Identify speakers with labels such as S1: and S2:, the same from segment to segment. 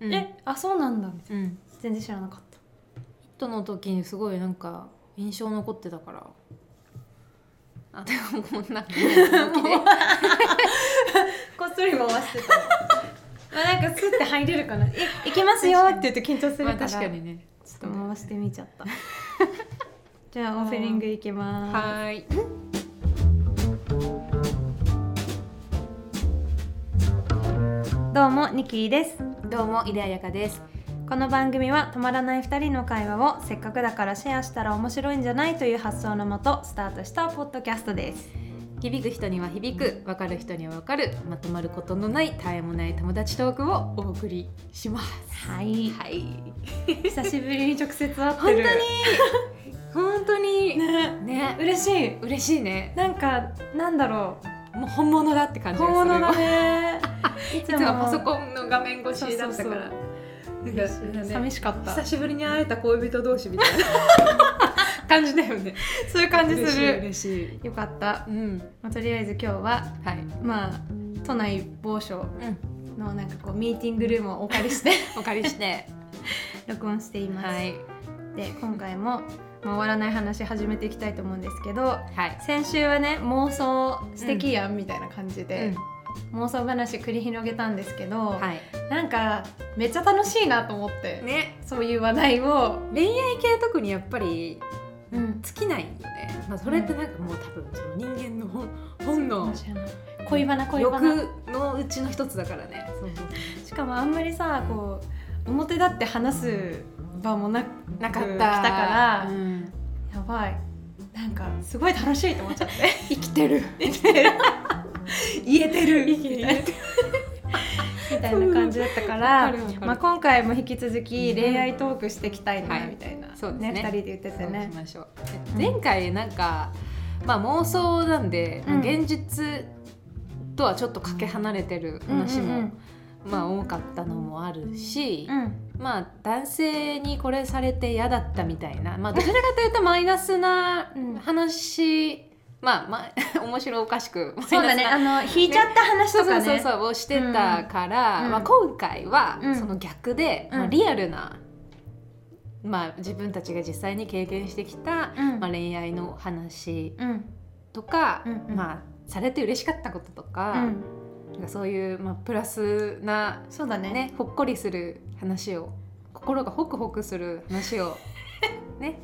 S1: うん、
S2: えあそうなんだみたい
S1: うん
S2: な全然知らなかった
S1: ヒットの時にすごいなんか印象残ってたからあでもこんな感じで
S2: こっそり回して たまあなんかスッて入れるかな「え行きますよ」って言って緊張するか
S1: ま
S2: ら、
S1: あ確かにねち
S2: ちょっと回してみちゃった じゃあオープニングいきます
S1: はーい
S2: どうもニキーです
S1: どうも井出彩香です
S2: この番組は止まらない2人の会話をせっかくだからシェアしたら面白いんじゃないという発想のもとスタートしたポッドキャストです
S1: 響く人には響く分かる人には分かるまとまることのないたえもない友達トークをお送りします
S2: はい
S1: はい
S2: 久しぶりに直接会っ
S1: 本
S2: て
S1: 当
S2: る
S1: に本当にね
S2: ね嬉しい
S1: 嬉しいね
S2: なんかなんだろ
S1: もう本物だって
S2: う
S1: 感じが
S2: 本
S1: する
S2: 物だねい
S1: いつもパソコンの画面越しだったから
S2: そう
S1: なん
S2: 嬉し
S1: か
S2: い
S1: ね
S2: 寂しかった
S1: 久しぶりに会えた恋人同士みた いな感じだよね
S2: そういう感じする
S1: 嬉しい嬉しい
S2: よかった、
S1: うん
S2: まあ、とりあえず今日は
S1: はい、
S2: まあ都内某所
S1: うん、
S2: のなんかこうミーティングルームをお借りして
S1: お借りして
S2: 録音しています、
S1: はい
S2: で今回も、まあ、終わらない話始めていきたいと思うんですけど
S1: はい
S2: 先週はね妄想素敵やんみたいな感じ
S1: う
S2: で
S1: ん、
S2: 妄想話繰り広げたんですけど、
S1: は
S2: なんかめっちゃ楽しいなと思って、
S1: いね
S2: そういう話題を、
S1: 恋愛系特にやっぱり
S2: うん、
S1: 尽きないよね、まあ、それってなんかもう多分その人間の本本の
S2: 恋バナ恋バナ
S1: 欲のうちの一つだからねそうそう
S2: しかもあんまりさこう表立って話す場もなく
S1: なかった
S2: 来たから、
S1: うん
S2: やばいなんかすごい楽しいと思っちゃって
S1: 生きてる
S2: 言えてる
S1: 生きて
S2: みた
S1: る
S2: いなみたいな感じだったから
S1: わかるわかる
S2: まあ、今回も引き続き
S1: うん
S2: 恋愛トークしていきたいな
S1: はい
S2: みたいな、
S1: そうですね
S2: 2人で言ってて
S1: そうし
S2: ね。
S1: ましょう
S2: うん
S1: 前回なんか、まあ、妄想なんで、
S2: うん
S1: 現実とはちょっとかけ離れてる話も、まあ、多かったのもあるし、
S2: うんうん
S1: まあ、男性にこれされて嫌だったみたいな、まあ、どちらかという とマイナスな
S2: うん
S1: 話、まあ、まあ、 面白おかしく
S2: そうだねあの引いちゃった話
S1: そ
S2: と
S1: うそ
S2: か
S1: うそう
S2: ね
S1: そうをしてたから、
S2: うん
S1: まあ、今回は
S2: うん
S1: その逆で、
S2: うん
S1: まあ、リアルな、まあ、自分たちが実際に経験してきた、
S2: うん
S1: まあ、恋愛の話
S2: うん
S1: とか、
S2: うんうん
S1: まあ、されて嬉しかったこととか,、
S2: うん
S1: なんかそういう、まあ、プラスな、
S2: そうだね
S1: ね、ほっこりする話を心がホクホクする話 を。ね、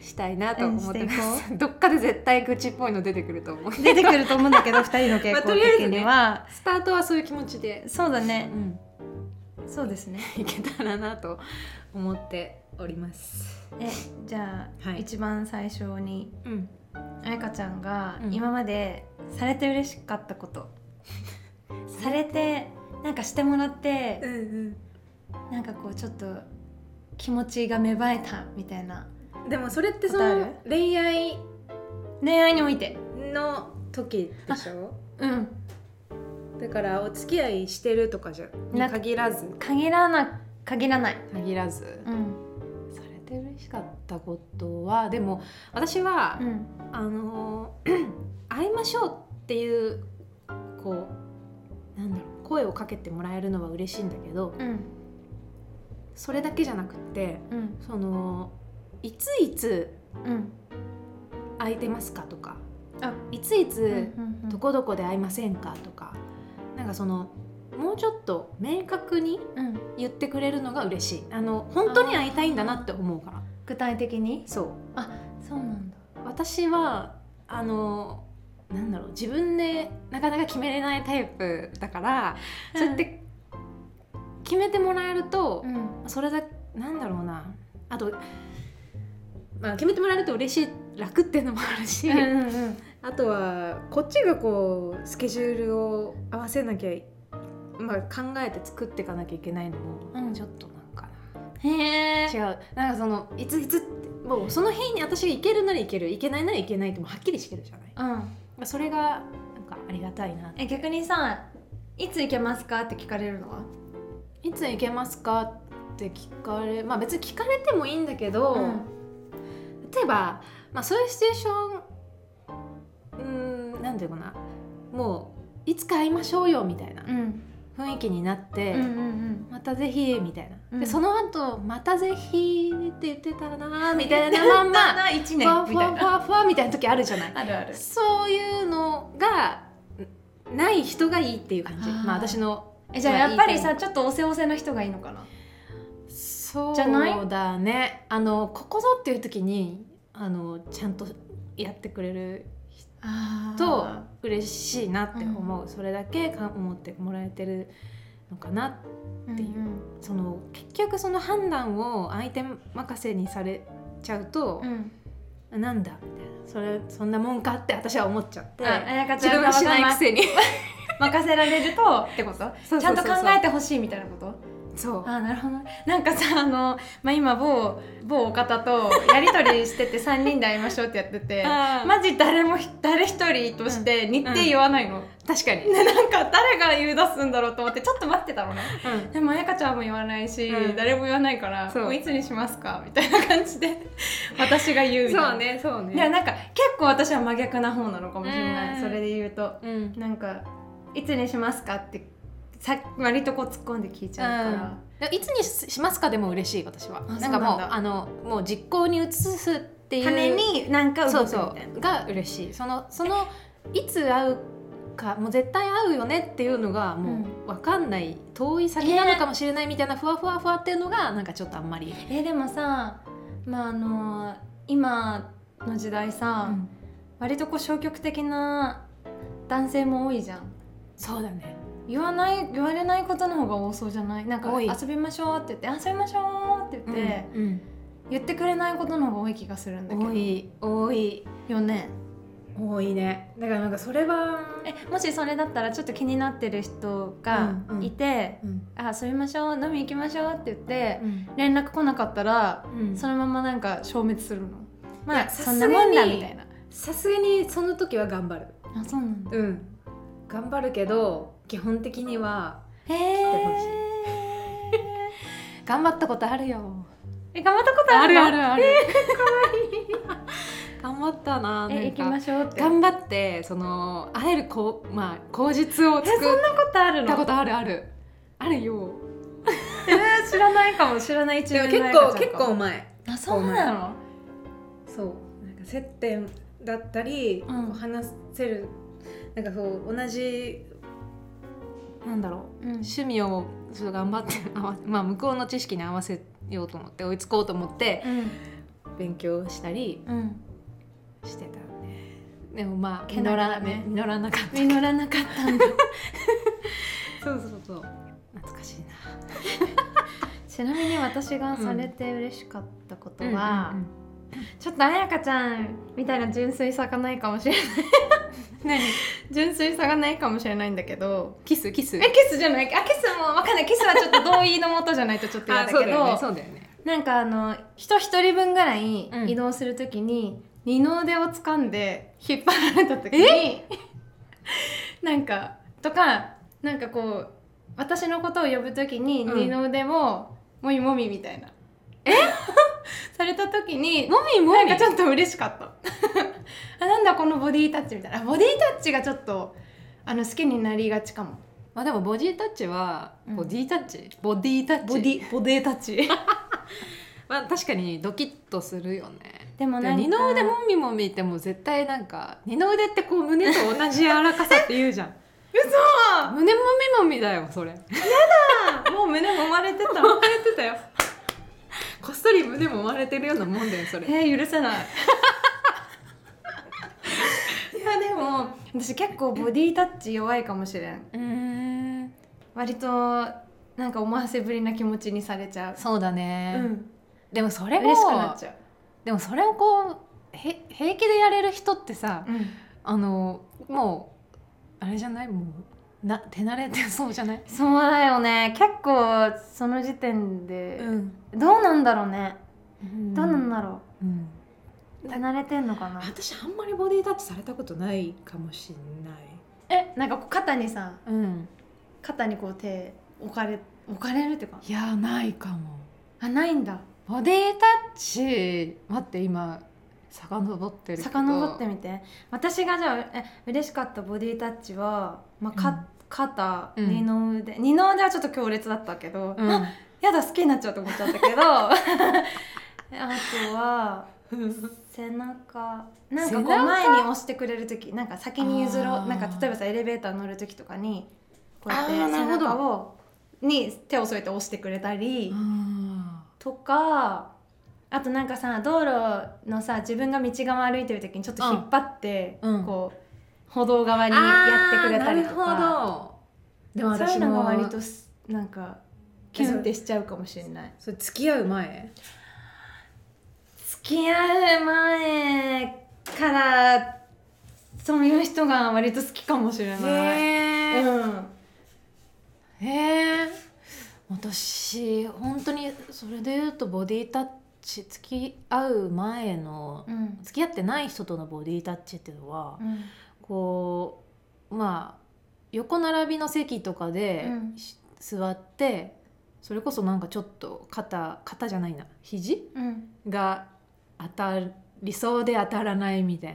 S1: したいなと思ってます。 どっかで絶対愚痴っぽいの出てくると思う。
S2: 出てくると思うんだけど二人の傾
S1: まあ
S2: 向
S1: とりあえず
S2: 的
S1: ね
S2: には、
S1: スタートはそういう気持ちで、
S2: そうだ
S1: う
S2: ね
S1: ん、
S2: そうですね
S1: いけたらなと思っております。
S2: えじゃあ、
S1: はい
S2: 一番最初に
S1: うん、
S2: 彩香ちゃんが
S1: うん
S2: 今までされて嬉しかった こと、されてなんかしてもらって、
S1: ん
S2: なんかこうちょっと気持ちが芽生えたみたいな
S1: うん。でもそれってそ
S2: 答える
S1: の恋愛
S2: 恋愛において
S1: の時でしょ。
S2: うん
S1: だからお付き合いしてるとかじゃ
S2: な
S1: に限らず
S2: 限らな限らない、
S1: 限らず
S2: うん
S1: されて嬉しかったことはでも私は、
S2: うん、
S1: あの ー会いましょうっていうこうなんだろう声をかけてもらえるのは嬉しいんだけど
S2: うん
S1: それだけじゃなくって
S2: うん
S1: そのいついつ
S2: うん
S1: 空いてますかとか
S2: あ
S1: いついつ
S2: うん
S1: どこどこで会いませんかとかなんかそのもうちょっと明確に
S2: うん
S1: 言ってくれるのが嬉しいあの本当に会いたいんだなって思うから
S2: 具体的に
S1: そう
S2: そうなんだ
S1: 私はあのなんだろう自分でなかなか決めれないタイプだから、そうやって決めてもらえると、
S2: うん
S1: それだなんだろうなあと、まあ、決めてもらえると嬉しい楽っていうのもあるし、
S2: うんうんうん
S1: あとはこっちがこうスケジュールを合わせなきゃい、まあ、考えて作っていかなきゃいけないのも、
S2: うん
S1: ちょっとなんかな
S2: へえ
S1: 違うなんかそのいついつってもうその日に私が行けるなら行ける行けないなら行けないってもうはっきりしてるじゃない、
S2: うん
S1: まあ、それがなんかありがたいな
S2: え逆にさいつ行けますかって聞かれるのはい
S1: つ行けますかって聞かれまあ別に聞かれてもいいんだけど、
S2: うん
S1: 例えば、まあ、そういうシチュエーションうーんなんていうのかなもういつか会いましょうよみたいな
S2: うん
S1: 雰囲気になって、
S2: うんうん
S1: またぜひみたいな、
S2: うん
S1: でその後またぜひって言ってた なみたいなまんま
S2: まあ1
S1: ふわ
S2: 年
S1: ふ
S2: みたい
S1: わふ
S2: な
S1: わふわみたいな時あるじゃない
S2: あるある
S1: そういうのがんない人がいいっていう感じ
S2: あー
S1: まあ私の
S2: えじゃあやっぱりさちょっとおせおせの人がいいのかな
S1: そう
S2: じゃない
S1: だねあのここぞっていう時にあのちゃんとやってくれる
S2: あ
S1: と嬉しいなって思う、それだけか思ってもらえてるのかな
S2: っていう、
S1: その結局その判断を相手任せにされちゃうと、なんだみたいなそれそんなもんかって私は思っちゃって
S2: あ彩香ち
S1: 自
S2: ゃん
S1: 分
S2: が
S1: はしないくせに
S2: 任せられるとってこと
S1: そうそうそうそう
S2: ちゃんと考えてほしいみたいなこと
S1: そう
S2: あなるほどねなんかさあの、まあ、今某某お方とやり取り してて3人で会いましょうってやってて
S1: まあ
S2: マジ誰も誰一人として日程言わないの、
S1: 確かに、
S2: でなんか誰が言う出すんだろうと思ってちょっと待ってたのねでも彩香ちゃんも言わないし、
S1: うん
S2: 誰も言わないから
S1: そう
S2: もういつにしますか みたいな感じで 私が言うみたいな
S1: そうねそう
S2: いや
S1: ね
S2: なんか結構私は真逆な方なのかもしれない、
S1: うん
S2: それで言うと
S1: うん
S2: なんか「いつにしますか?」ってさ割とこう突っ込んで聞いちゃうから、
S1: でいつにししますかでも嬉しい私は
S2: あ
S1: なんかも
S2: そう
S1: う
S2: なんだ
S1: あのもう実行に移すっていう
S2: ためになんか動
S1: そう
S2: くみ
S1: そ
S2: たいな
S1: うが嬉しいそのそのいつ会うかもう絶対会うよねっていうのがもう分かんない、遠い先なのかもしれないみたいなふわふわふわっていうのがなんかちょっとあんまり、
S2: えでもさまああの今の時代さ、
S1: うん
S2: 割とこう消極的な男性も多いじゃん
S1: そうだね
S2: 言わない言われないことの方が多そうじゃないなんか
S1: 多い
S2: 遊びましょうって言って遊びましょうって言って、
S1: うん
S2: 言ってくれないことの方が多い気がするんだけど
S1: 多い多い
S2: よね
S1: 多いねだからなんかそれは
S2: えもしそれだったらちょっと気になってる人が
S1: うんうん
S2: いて
S1: うん
S2: 「あ遊びましょう飲み行きましょう」って言って
S1: うん
S2: 連絡来なかったら
S1: うん
S2: そのままなんか消滅するの
S1: い
S2: まあ
S1: や
S2: そんなもん
S1: さすが
S2: だ
S1: に
S2: みたいな
S1: さすがにその時は頑張る
S2: あそうなんだ
S1: うん頑張るけど基本的には
S2: へえ
S1: 頑張ったことあるよ
S2: え頑張ったことあるの
S1: ある、 かわいい頑張ったななんか
S2: え行きましょうって
S1: 頑張ってその会えるこうまあ口実を作
S2: えそん
S1: っ
S2: なことある
S1: たこ
S2: の
S1: とあるあるあるよ
S2: えー知らないかも知らない一
S1: でも
S2: 面の
S1: 結
S2: 彩香
S1: 構
S2: ちゃん
S1: 結
S2: か
S1: 構前
S2: あそうなの
S1: そうなんか接点だったり、
S2: うん
S1: こう話せるなんかそう同じなんだろう
S2: うん
S1: 趣味をちょっと頑張って 合わまあ向こうの知識に合わせようと思って追いつこうと思って
S2: うん
S1: 勉強したり
S2: うん
S1: してたねでもまあ
S2: け
S1: 実
S2: な
S1: ら,、
S2: げだね
S1: 実らなかった
S2: 実らなかったんだ
S1: そうそうそう懐かしいな
S2: ちなみに私がされて嬉しかったこと
S1: とは
S2: は、ちょっと彩香ちゃんみたいな純粋さがないかもしれない
S1: 何
S2: 純粋さがないかもしれないんだけど
S1: キスキス
S2: えキスじゃないあキスもわかんないキスはちょっと同意のもとじゃないとちょっと嫌だけど、
S1: そうだよね
S2: なんかあの人一人分ぐらい
S1: うん
S2: 移動するときに、二の腕を掴んで引っ張られた時に なんかとかなんかこう私のことを呼ぶときに
S1: うん
S2: 二の腕をもみもみみたいな、え された時に
S1: もみも
S2: なん
S1: み
S2: かちょっと嬉しかった あなんだこのボディタッチみたいなあボディタッチがちょっとあの好きになりがちかも
S1: まあでもボディタッチは
S2: うん
S1: ボディタッチ、ボディタッチ
S2: ボディボディタッチ
S1: まあ確かにドキッとするよね
S2: でも
S1: でも二の腕もみもみってもう絶対なんか二の腕ってこう胸と同じ柔らかさって言う じゃん
S2: 嘘
S1: 胸もみもみだよそ れ
S2: もう胸揉まれてた
S1: れてたよこっそり胸も割れてるようなもんだよそ れ
S2: えー、許せないいやでも私結構ボディタッチ弱いかもしれん
S1: うん
S2: 割となんか思わせぶりな気持ちにされちゃう、
S1: そうだ
S2: う
S1: ね、
S2: ん、
S1: でもそれ
S2: 嬉しくな
S1: も
S2: っちゃう、
S1: でもそれをこうへ平気でやれる人ってさ
S2: うん、
S1: あのもうあれじゃないもうな手慣れてそうじゃない、
S2: そうだよね結構その時点で、
S1: ん、
S2: どうなんだろうねど
S1: ど
S2: うなんん
S1: な、
S2: だろ
S1: うん、
S2: う離れてんのかな
S1: 私あんまりボディタッチされたことないかもしんない、
S2: えなんかこう肩にさ
S1: うん、
S2: 肩にこう手置かれ置かれるっていうか
S1: いやないかも
S2: あないんだ
S1: ボディタッチ待って今遡ってるけど
S2: 遡ってみて私がじゃあえ嬉しかったボディタッチは、まあ、か
S1: うん
S2: 肩、
S1: うん
S2: 二の腕二の腕はちょっと強烈だったけど、
S1: うん
S2: あやだ好きになっちゃうと思っちゃったけど あとは背中なんかこ
S1: 背
S2: う
S1: 中
S2: 前に押してくれる時なんか先に譲ろ
S1: あー
S2: うなんか例えばさエレベーター乗る時とかにこうやって
S1: あーな
S2: 背
S1: るほど
S2: 中をに手を添えて押してくれたり
S1: あ
S2: とかあとなんかさ道路のさ自分が道側歩いてる時にちょっと引っ張って、
S1: うんうん
S2: こう歩道側
S1: ー
S2: にやってくれたりと
S1: あーなる
S2: か
S1: ほどでも
S2: そうい
S1: 私
S2: うのが
S1: も
S2: 割とすなんかキュンってしちゃうかもしれない。
S1: それ付き合う前
S2: 付き合う前からそういう人が割と好きかもしれない。
S1: へー
S2: うん、
S1: へー私本当にそれで言うとボディタッチ付き合う前の
S2: うん
S1: 付き合ってない人とのボディタッチっていうのは、こうまあ横並びの席とかで、
S2: うん
S1: し座ってそれこそなんかちょっと肩肩じゃないな肘
S2: うん、
S1: が当たりそうで当たらないみたい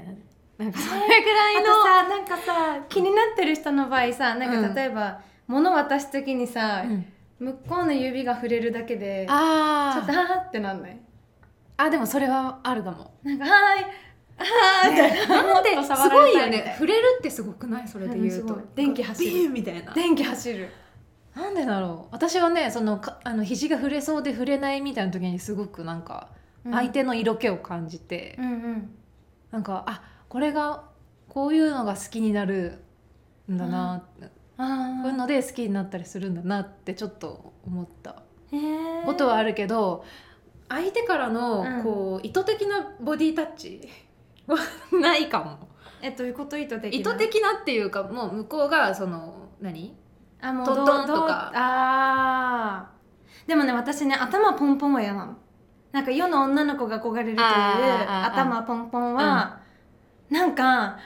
S1: ななんかそれぐ
S2: あ
S1: らい
S2: と
S1: の
S2: さなんかさ気になってる人の場合さなんか例えば、物渡す時にさ、
S1: うん
S2: 向こうの指が触れるだけでちょっと
S1: あ
S2: あーってなんない
S1: ああでもそれはあるかも。
S2: なんか「はーいはーい」みたいな
S1: なん で
S2: もっと
S1: す
S2: 触
S1: ご
S2: られ
S1: い
S2: た
S1: よ
S2: みた
S1: ね
S2: な
S1: 触れるってすごくないそれで言うと
S2: うんすごい電気走る
S1: ビーンみたいな
S2: 電気走る
S1: なんでだろう私はねそのかあの肘が触れそうで触れないみたいな時にすごくなんか相手の色気を感じて、
S2: うんうん
S1: なんかあこれがこういうのが好きになるんだな、
S2: あ
S1: こういうので好きになったりするんだなってちょっと思った
S2: の
S1: ことはあ
S2: る
S1: るけど相手から
S2: う
S1: の
S2: ん
S1: こう意図的なボディタッチ はないかも
S2: えどういうこと意図的な
S1: 意図的なっていうかもう向こうがその何
S2: あもう
S1: トン
S2: どう
S1: トン
S2: どう
S1: とか
S2: あーでもね私ね頭ポンポンは嫌なのなんか世の女の子が憧れるという
S1: あーあーあー
S2: 頭ポンポンは、なんか「は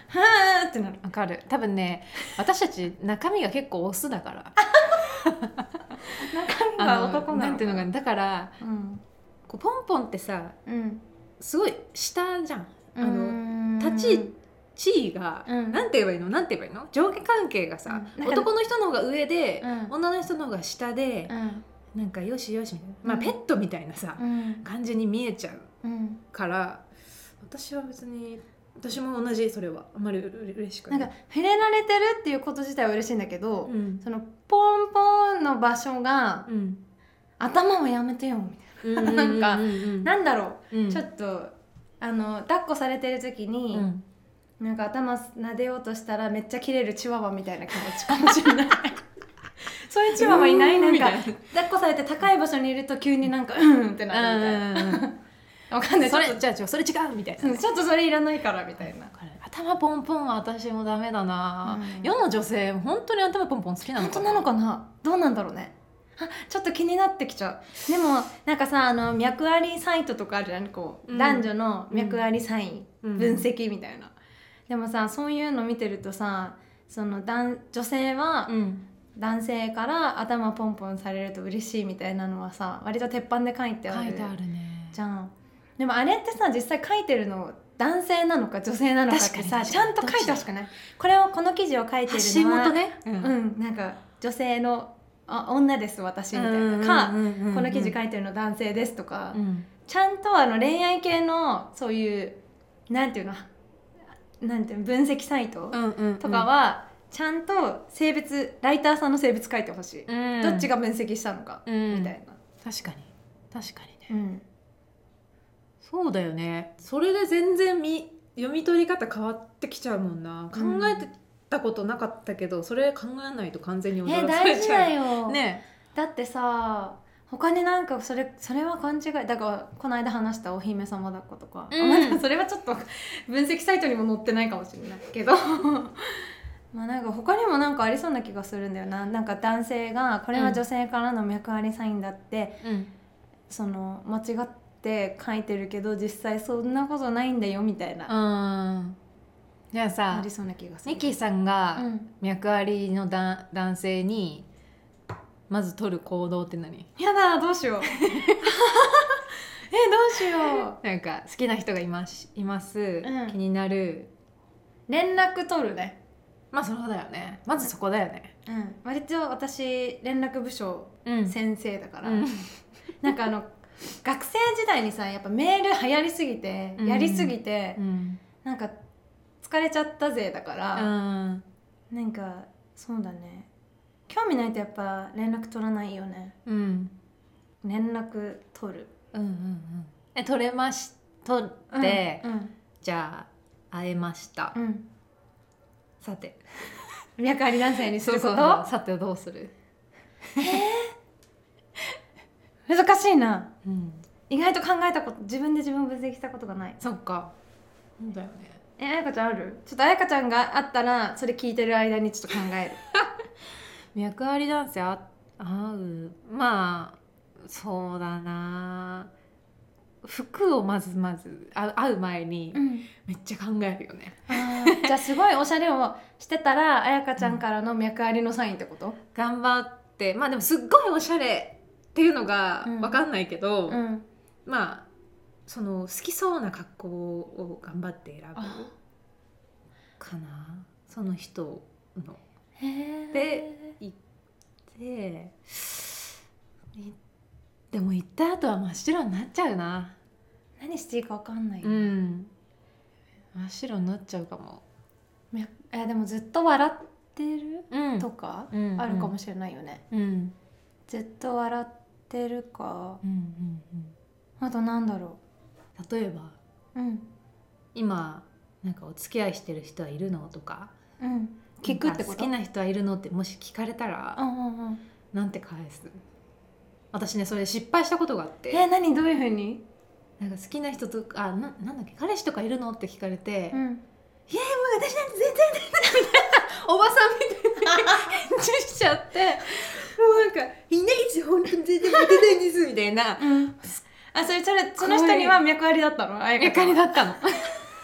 S2: ーってなる
S1: わかる多分ね私たち中身が結構オス だから
S2: 中身
S1: あ
S2: が
S1: の
S2: 男なの
S1: なんていうのか
S2: な
S1: なだから
S2: うん
S1: こうポンポンってさ
S2: うん
S1: すごい下じゃんあの
S2: の
S1: 立ち地位が、
S2: うん
S1: なんて言えばいいのなんて言えばいいの上下関係がさ、
S2: うんなんか
S1: 男の人の方が上で、
S2: うん
S1: 女の人の方が下で
S2: う、ん
S1: なんかよしよしみたいな、ま
S2: う
S1: あ、
S2: ん
S1: ペットみたいなさ、
S2: うん
S1: 感じに見えちゃう
S2: うん
S1: から私は別に私も同じそれはあんまりうれ嬉しく
S2: な
S1: ない
S2: んか触れられてるっていうこと自体は嬉しいんだけど、
S1: うん
S2: そのポンポンの場所が
S1: うん
S2: 頭はやめてよみたいなんかな、なんだろ
S1: うん
S2: うちょっとあの抱っこされてる時に、
S1: うん
S2: なんか頭撫でようとしたらめっちゃ切れるチワワみたいな気持ちか もしれないそういうチワワいないう
S1: ーん
S2: なん
S1: み
S2: か
S1: たいな
S2: 抱っこされて高い場所にいると急になんかうんってなるみたいな
S1: う
S2: わかんないち
S1: んそ
S2: ょ
S1: れ
S2: っ
S1: じゃあ違うそれ違うみたいな
S2: とうんちょっとそれいらないからみたいな
S1: わかる頭ポンポンは私もダメだな、
S2: うん
S1: 世の女性本当に頭ポンポン好きなの
S2: 本
S1: か
S2: 当
S1: な
S2: なのかなどうなんだろうねあちょっと気になってきちゃうでもなんかさあの脈ありサイトとかあるじゃんこう、
S1: うん
S2: 男女の脈ありサイン、
S1: うん
S2: 分析みたいなでもさそういうの見てるとさその男女性は
S1: うん
S2: 男性から頭ポンポンされると嬉しいみたいなのはさ割と鉄板で書いてあ
S1: 書
S2: る
S1: いてあるね
S2: じゃんでもあれってさ実際書いてるの男性なのか女性なのかって
S1: 確か
S2: さ
S1: に
S2: ちゃんと書いてほしくないこれをこの記事を書いてるのは
S1: 発信元ね、う
S2: う、ん、なんか女性のあ女です私みたいなか、この記事書
S1: い
S2: いてるの男性ですとか、
S1: うん
S2: ちゃんとあの恋愛系のそういうなんていうのなんていうの分析サイト
S1: うんうん、
S2: とかは、ちゃんと性別ライターさんの性別書いてほしい、
S1: うん、
S2: どっち
S1: が、
S2: が分析したのか、
S1: うん、
S2: みたいな、
S1: 確かに確かにね
S2: うん
S1: そうだよねそれで全然み読み取り方変わってきちゃうもんな考
S2: うん
S1: えてたことなかったけど、それ考えないと完全に
S2: え
S1: 驚か
S2: 大
S1: れ
S2: 事
S1: ちゃ
S2: だ
S1: う、
S2: よ、
S1: ね
S2: だってさ他になんかそれそれは勘違いだからこの間話したお姫様抱っことか、
S1: うん
S2: まだそれはちょっと分析サイトにも載ってないかもしれないけど まあなんか他にもなんかありそうな気がするんだよななんか男性がこれは女性からの脈ありサインだって、
S1: うん
S2: その間違って書いてるけど実際そんなことないんだよみたいな、
S1: うんじゃあ
S2: あ
S1: さ
S2: りそうな気がする
S1: ニキさんが、
S2: うん、
S1: 脈ありのだ男性にまず取る行動って何
S2: やだどうし ようえどうし よう
S1: なんか好きな人がいますいます、
S2: うん
S1: 気になる
S2: 連絡取るね
S1: まあそこだよねまずそこだよね
S2: うん、割と私連絡部署
S1: うん
S2: 先生だから、
S1: うん
S2: なんかあの学生時代にさやっぱメール流行りすぎて
S1: うん
S2: やりすぎて、
S1: うん
S2: なんか疲れちゃったぜだから、
S1: うん
S2: なんかそうだね興味ないとやっぱ連絡取らないよね
S1: うん
S2: 連絡取る
S1: うんうんえ取れまし取って、
S2: うん
S1: じゃあ会えました、
S2: うん、
S1: さて
S2: 脈あり男性にすること
S1: さてどうする、
S2: 難しいな
S1: うん、
S2: 意外と考えたこと自分で自分を分析したことがない
S1: そっかそうだよね
S2: えあやかちゃんあるちょっとあやかちゃんがあったらそれ聞いてる間にちょっと考える
S1: 脈あり男性あ合うまあそうだな服をまずまずあ会う前に
S2: ん
S1: めっちゃ考えるよね、
S2: あーじゃあすごいおしゃれをしてたら彩香ちゃんからの脈ありのサインってこと
S1: 頑張ってまあでもすっごいおしゃれっていうのが
S2: うん
S1: わかんないけど、
S2: ん
S1: まあその好きそうな格好を頑張って選ぶ
S2: あ
S1: かなその人の
S2: へえ
S1: ででいでも行った後は真っ白になっちゃうな
S2: 何していいか分かんない、
S1: ん真っ白になっちゃうかも
S2: 脈えでもずっと笑ってる
S1: うん
S2: とか、
S1: うん
S2: あるかもしれないよね、
S1: うん
S2: ずっと笑ってるか
S1: うんうんうん
S2: あとなんだろ
S1: 例えば
S2: ううん
S1: 今なんかお付き合いしてる人はいるのとか
S2: うん聞くってこと
S1: なんか好きな人はいるのってもし聞かれたら、
S2: うんうんうん
S1: なんて返す私ねそれ失敗したことがあって
S2: え何どういうふうに、
S1: なんか好きな人とあななんだっけ彼氏とかいるのって聞かれ
S2: ん、
S1: て、私なんて全然全然みたいなおばさんみたいなしちゃってもうなんか「いないです本当に全然モテないんです」みたいな
S2: うん、あそれそれその人には脈ありだったのあや
S1: 役割だったの
S2: か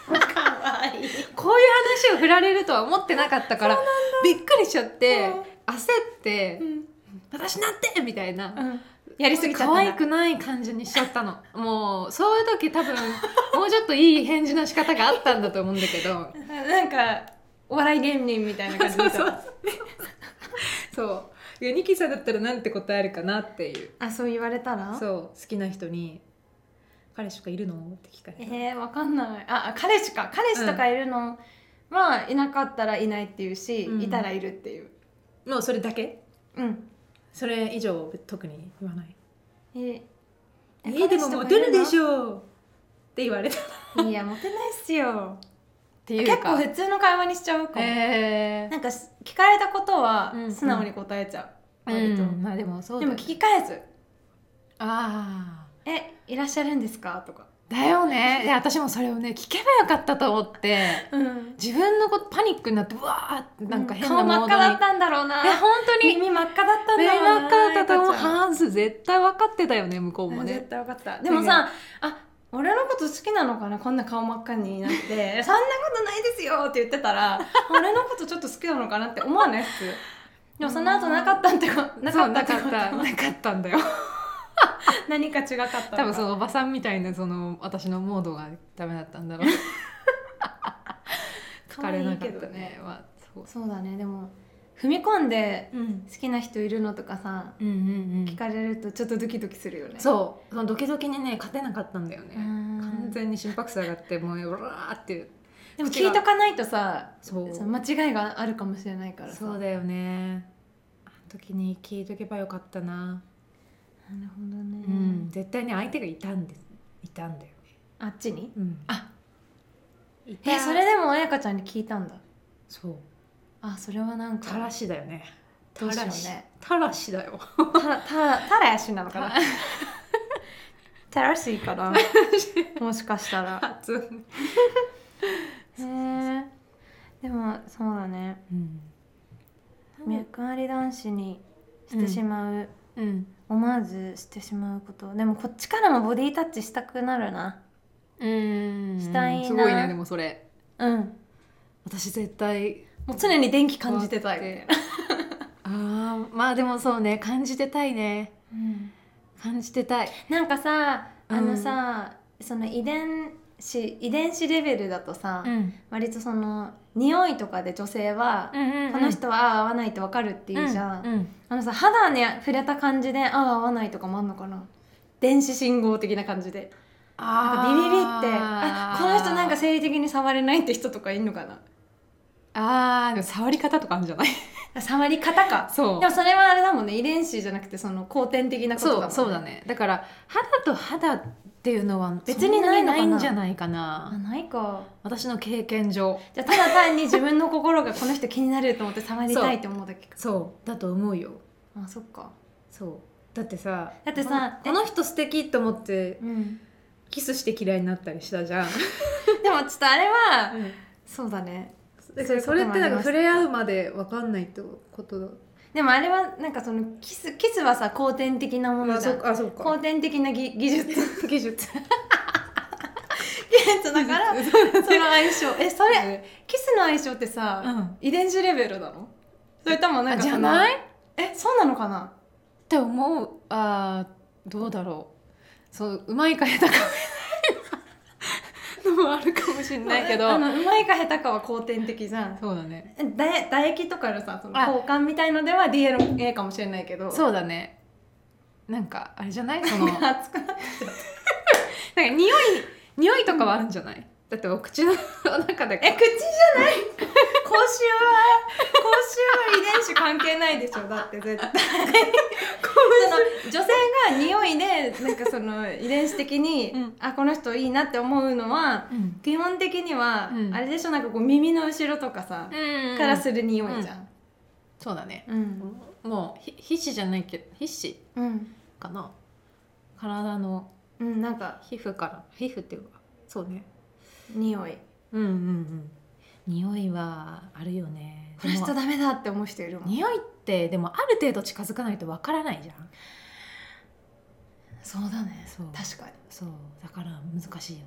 S2: わいい
S1: こういう話を振られるとは思ってなかったからびっくりしちゃって
S2: うん
S1: 焦って
S2: うん
S1: 「私なんて!」みたいな。
S2: うん、やりすぎちゃった
S1: 可
S2: んだ
S1: 愛くない感じにしちゃったのもうそういう時 多分もうちょっといい返事の仕方があったんだと思うんだけど
S2: なんかお笑い芸人みたいな感じで
S1: そうそうそういやニキさんだったらなんて答えるかなっていう
S2: あそう言われたら
S1: そう好きな人に「彼氏とかいるの?」って聞かれて、
S2: えー、わかんないああ彼氏か彼氏とかいるのはいなかったらいないっていうし、
S1: うん
S2: いたらいるっていう
S1: もうそれだけ
S2: うん
S1: それ以上特に言わない
S2: えー
S1: 「えーでもモテるでしょ」って言われたっ
S2: ょいやモテないっすよ
S1: ていう
S2: 結構
S1: か
S2: 普通の会話にしちゃうかも、
S1: え
S2: なんかし聞かれたことは
S1: うん
S2: 素直に答えちゃう、
S1: 割
S2: 割と、
S1: と、まあでもそう
S2: で
S1: だよ
S2: も聞き返す
S1: ああ
S2: 「えいらっしゃるんですか?」とか
S1: だよねいや私もそれをね聞けばよかったと思って
S2: うん
S1: 自分のことパニックになってうわーってなんか変な
S2: 顔
S1: モー
S2: 真
S1: ド
S2: っ
S1: に
S2: 赤だったんだろうな
S1: え本当に
S2: 耳真っ赤だったんだ
S1: メイ
S2: ろう
S1: マ
S2: な
S1: ーカーだともう
S2: 赤ちゃん
S1: ハンス絶対分かってたよね向こうも
S2: 絶
S1: ね
S2: 対分かったでもさあ俺のこと好きなのかなこんな顔真っ赤になって そんなことないですよって言ってた ら俺のことちょっと好きなのかなって思わないっすでもその後なかったってことな
S1: そ
S2: か
S1: う
S2: った
S1: な
S2: って
S1: か
S2: こ
S1: っ
S2: と
S1: たなかったんだよ
S2: 何か違かったのか
S1: 多分そのおばさんみたいなその私のモードがダメだったんだろう
S2: 可
S1: 疲れ
S2: 愛
S1: ないかっ
S2: け
S1: た
S2: ど
S1: ねまあそう
S2: そうだねでも踏み込んで
S1: うん
S2: 好きな人いるのとかさ
S1: うんうん
S2: 聞かれるとちょっとドキドキするよねう
S1: そうそのドキドキにね勝てなかったんだよね
S2: うん
S1: 完全に心拍数上がってもううわーって
S2: でも聞いとかないとさ
S1: そう
S2: その間違いがあるかもしれないからさ
S1: そうだよねあの時に聞いとけばよかったな
S2: なるほどね、
S1: うん絶対に相手がいたんですいたんだよね
S2: あっちに
S1: うん
S2: あ
S1: いた
S2: えそれでも彩香ちゃんに聞いたんだ
S1: そう
S2: あそれはなんか
S1: たらしだよね
S2: どうしよう
S1: たらし
S2: ね
S1: たらしだよ
S2: たらたたらやしなのかな
S1: た
S2: たらしいか なもしかしたら
S1: 発音
S2: へえでもそうだね
S1: うん
S2: 脈あり男子にしてしまう、
S1: うん
S2: 思わずしてしまうことでもこっちからもボディタッチしたくなるな
S1: うん
S2: したいな
S1: すごいねでもそれ
S2: うん
S1: 私絶対
S2: もう常に電気感じてたい、
S1: あーまあでもそうね感じてたいね感じてたい
S2: なんかさあの
S1: うん
S2: さ、その遺伝し遺伝子レベルだとさ、
S1: うん
S2: 割とその匂いとかで女性は、この人はあ合わないってわかるっていうじゃん、
S1: うんうん
S2: あのさ肌に触れた感じであ合わないとかもあんのかな電子信号的な感じでなんかビビビってあこの人なんか生理的に触れないって人とかいんのかな
S1: あーでも触り方とかあるんじ ゃない
S2: あ触り方か
S1: そう
S2: でもそれはあれだもんね遺伝子じゃなくてその後天的なことだもん
S1: そうそうだねだから肌と肌っていうのは
S2: 別にないのかな
S1: そんにないんじゃないか
S2: あ
S1: な
S2: ないか
S1: 私の経験上
S2: じゃあただ単に自分の心がこの人気になると思って触りたいって思うだけか
S1: そうだと思うよ
S2: あそっか
S1: そうだってさ
S2: だってさ
S1: このこの人素敵と思って
S2: うん
S1: キスして嫌いになったりしたじゃん、
S2: でもちょっとあれはそうだね
S1: だ
S2: そ
S1: か
S2: ういうことも
S1: らそれっ
S2: あ
S1: て
S2: り
S1: なん
S2: ま
S1: か
S2: す
S1: 触れ合うまで分かんないってことだ
S2: でもあれはなんかそのキスキスはさ後天的なもの
S1: あ
S2: じゃ
S1: そ
S2: ん
S1: うあそう
S2: 後
S1: か
S2: 天的なぎ技術技
S1: 技術
S2: 術だからその相性えそれキスの相性ってさ、
S1: うんっ
S2: 遺伝子レベルなのそれともなんか
S1: あじゃない
S2: えそうなのかな
S1: て思うあーどうだろうそううまいか下手かのもあるかもしれないけど
S2: あのうまいか下手かは後天的じゃん
S1: そうだね
S2: えだ唾液とかのさその
S1: あ
S2: 交換みたいのでは DNA かもしれないけどう
S1: そうだねなんかあれじゃ ないそのなんか
S2: 熱くなっ
S1: 匂い匂いとかはあるんじゃない、だってお口の中だ
S2: え口
S1: け
S2: じゃない口臭は口臭は遺伝子関係ないでしょだって絶 対その女性が匂いでなんかその遺伝子的に、
S1: うん
S2: あこの人いいなって思うのは
S1: うん、
S2: 基本的には、
S1: うん
S2: あれでしょなんかこう耳の後ろとかさ、からする匂いじゃん。
S1: そうだね
S2: うん。
S1: もうひ皮脂じゃないけど皮脂
S2: うん。
S1: かな体の
S2: うん、なんか
S1: 皮膚から皮膚っていうかそうね
S2: 匂い。
S1: うんうんうん匂いはあるよね
S2: この人
S1: でも
S2: ダメだって思う人いるもん。
S1: 匂いってでもある程度近づかないとわからないじゃん
S2: そうだね
S1: そう
S2: 確かに。
S1: そうだから難しいよね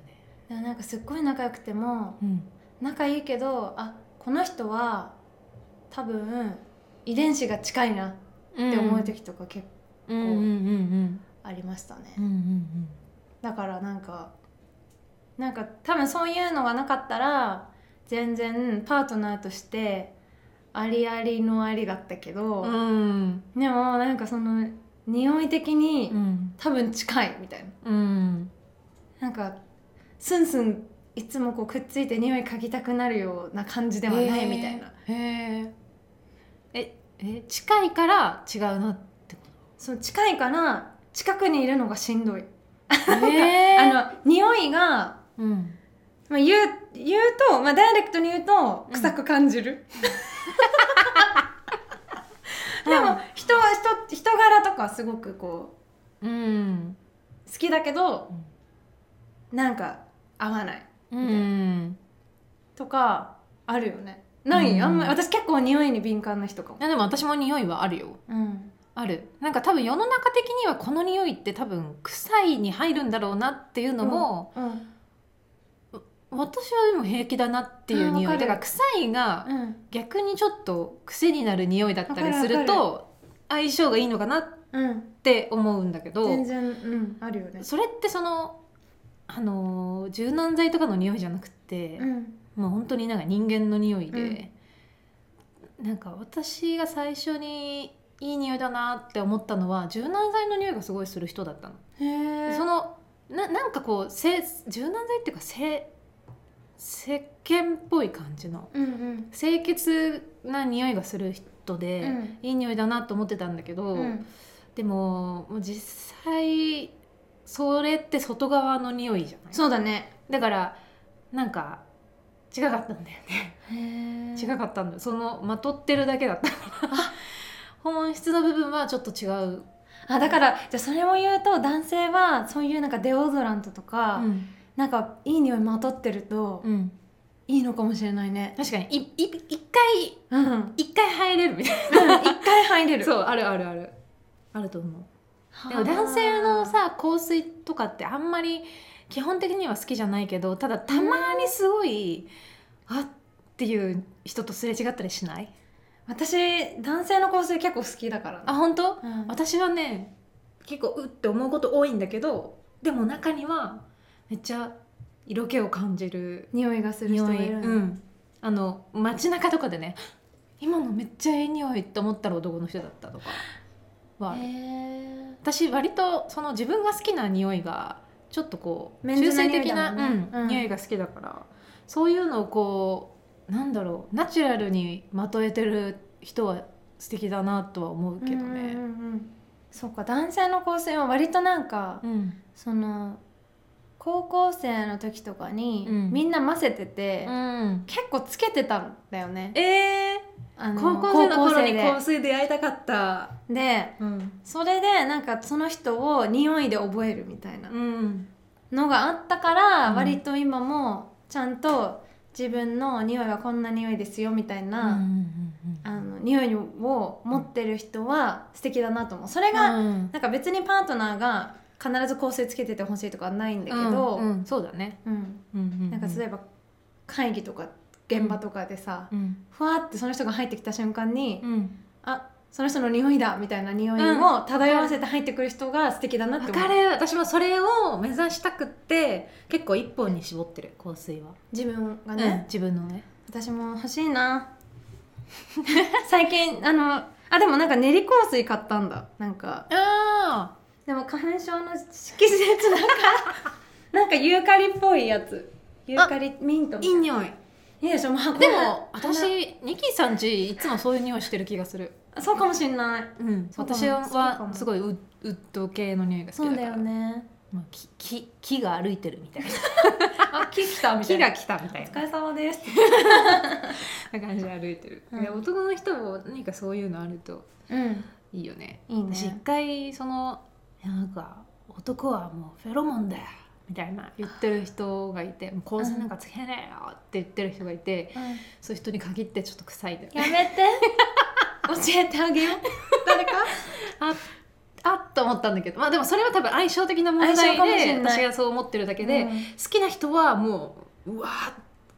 S2: でもなんかすっごい仲良くても
S1: うん
S2: 仲いいけどあこの人は多分遺伝子が近いなっ
S1: って
S2: 思う
S1: て
S2: 時とか結構
S1: うんうんうん
S2: ありましたね。
S1: うんうんうん
S2: だからなんかなんか多分そういうのがなかったら全然パートナーとしてありありのありだったけど。
S1: うん
S2: でもなんかその匂い的に
S1: うん
S2: 多分近いみたいな
S1: うん
S2: なんかスンスンいつもこうくっついて匂い嗅ぎたくなるような感じではないみたいな、
S1: へーええ近いから違うなってこ
S2: その近いから近くにいるのがしんどい、
S1: とえ ー
S2: あの匂いが、
S1: うん
S2: まあ、言う言うと、まあ、ダイレクトに言うと
S1: うん
S2: 臭く感じ る、
S1: うん
S2: でも人は人人柄とかすごくこ
S1: うん
S2: う好きだけどなんか合わない
S1: うん
S2: とかあるよねない、
S1: うん
S2: あんまり私結構匂いに敏感な人かも
S1: いやでも私も匂いはあるよ
S2: うん
S1: あるなんか多分世の中的にはこの匂いって多分臭いに入るんだろうなっていうのも、
S2: うん
S1: 私はでも平気だなっていう匂
S2: あわかる
S1: いだから臭いが
S2: うん
S1: 逆にちょっと癖になる匂いだったりす
S2: わ
S1: る
S2: かる
S1: と相性がいいのかなっ
S2: うん
S1: て思うんだけど
S2: 全然うんあるよね
S1: それってその、あのー柔軟剤とかの匂いじゃなくって、
S2: うん
S1: もう本当になんか人間の匂いで、なんか私が最初にいい匂いだなって思ったのは柔軟剤の匂いがすごいする人だったの。
S2: へえ
S1: そのななんかこうせ柔軟剤っていうかせ石鹸っぽい感じの
S2: うんうん
S1: 清潔な匂いがする人で、
S2: うん
S1: いい匂いだなと思ってたんだけど、
S2: うん
S1: でももう実際それって外側の匂いじゃない
S2: そうだね
S1: だからなんか違かったんだよね、
S2: へえ
S1: 違かったんだよそのまとってるだけだったから 本質の部分はちょっと違う、
S2: あだからじゃあそれを言うと男性はそういうなんかデオドラントとか、
S1: うん
S2: なんかいい匂いまとってると
S1: うん
S2: いいのかもしれないね
S1: 確かにいい一回
S2: うん うん
S1: 一回入れるみたい
S2: 一回入れ
S1: な
S2: る
S1: そうあるあるあるあると思うで
S2: は
S1: も
S2: あ
S1: 男性のさ香水とかってあんまり基本的には好きじゃないけどただたまにすごいあっていう人とすれ違ったりしない
S2: 私男性の香水結構好きだから
S1: あ本当
S2: うん
S1: 私はね結構うって思うこと多いんだけどでも中にはめっちゃ色気を感じる
S2: 匂いがする人
S1: 匂
S2: がい
S1: い、
S2: るんだ
S1: うん、あの街中とかでね今のめっちゃいい匂いって思ったら男の人だったとかはある、
S2: へー
S1: 私割とその自分が好きな匂いがちょっとこう
S2: メンズ
S1: 中
S2: な
S1: 性
S2: 匂い
S1: 的
S2: だ
S1: な
S2: もんね
S1: うん
S2: うん
S1: 匂いが好きだからそういうのをこうなんだろうナチュラルにまとえてる人は素敵だなとは思うけど
S2: うん
S1: ね。
S2: うんうんそうか男性の構成は割となんか、
S1: うん
S2: その高校生の時とかに、
S1: うん
S2: みんな混ぜてて、
S1: うん
S2: 結構つけてたんだよね
S1: え
S2: あ
S1: ー、
S2: の
S1: 高校生の頃に
S2: 高
S1: 香
S2: 校生
S1: 水で会いたかった。
S2: でで
S1: うん、
S2: それでなんかその人を匂いで覚えるみたいな
S1: うん、
S2: のがあったから、
S1: うん
S2: 割と今もちゃんと自分の匂いはこんな匂いですよみたい
S1: うん
S2: な、あの匂いを持ってる人は素敵だなと思うそれが、
S1: うん
S2: なんか別にパートナーが必ず香水つけててほしいとかはないんだけど、
S1: うんうんそうだね。
S2: うん
S1: な
S2: なんか例えば会議とか現場とかでさ、
S1: うん
S2: ふわってその人が入ってきた瞬間に、
S1: うん、
S2: あその人の匂いだみたいな匂いを漂わせて入ってくる人が素敵だなって
S1: わ
S2: 思う、
S1: かる私もそれを目指したくって結構一本に絞ってる香水は、
S2: 自分が
S1: うん
S2: ね、
S1: 自分のね
S2: 私も欲しいな 最近あのあでもなんか練り香水買ったんだなんか
S1: あ
S2: でも花粉症の季節だから なんかユーカリっぽいやつユーカリミントみたいない
S1: 匂い
S2: いでしょもう箱
S1: でも
S2: 花
S1: 私ニキさんちいつもそういう匂いしてる気がする、
S2: そうかもしんない
S1: うん、
S2: そうかも
S1: 私
S2: そうか
S1: は
S2: も
S1: すごいうウッド系の匂いが好
S2: そ
S1: きだ
S2: う
S1: か
S2: だ
S1: ら
S2: よね
S1: まあ、木木木が歩いてるみたいな
S2: あ木来たみたい
S1: 木
S2: な
S1: が来たみたい
S2: お疲れ様です
S1: な感じで歩いてる、
S2: うん
S1: で男の人も何かそういうのあると
S2: うん
S1: いいよね
S2: いいね
S1: 私一回そのいやなんか男はもうフェロモンだよみたいな言ってる人がいて「もう香水なんかつけねえよ」って言ってる人がいてそういう人に限ってちょっと臭いんだよね
S2: や めて教えてあげ よう誰か
S1: あっと思ったんだけどまあでもそれは多分相性的な問
S2: 相性かもし
S1: 題
S2: れ
S1: で
S2: ない
S1: 私がそう思ってるだけで、
S2: うん
S1: 好きな人はもううわ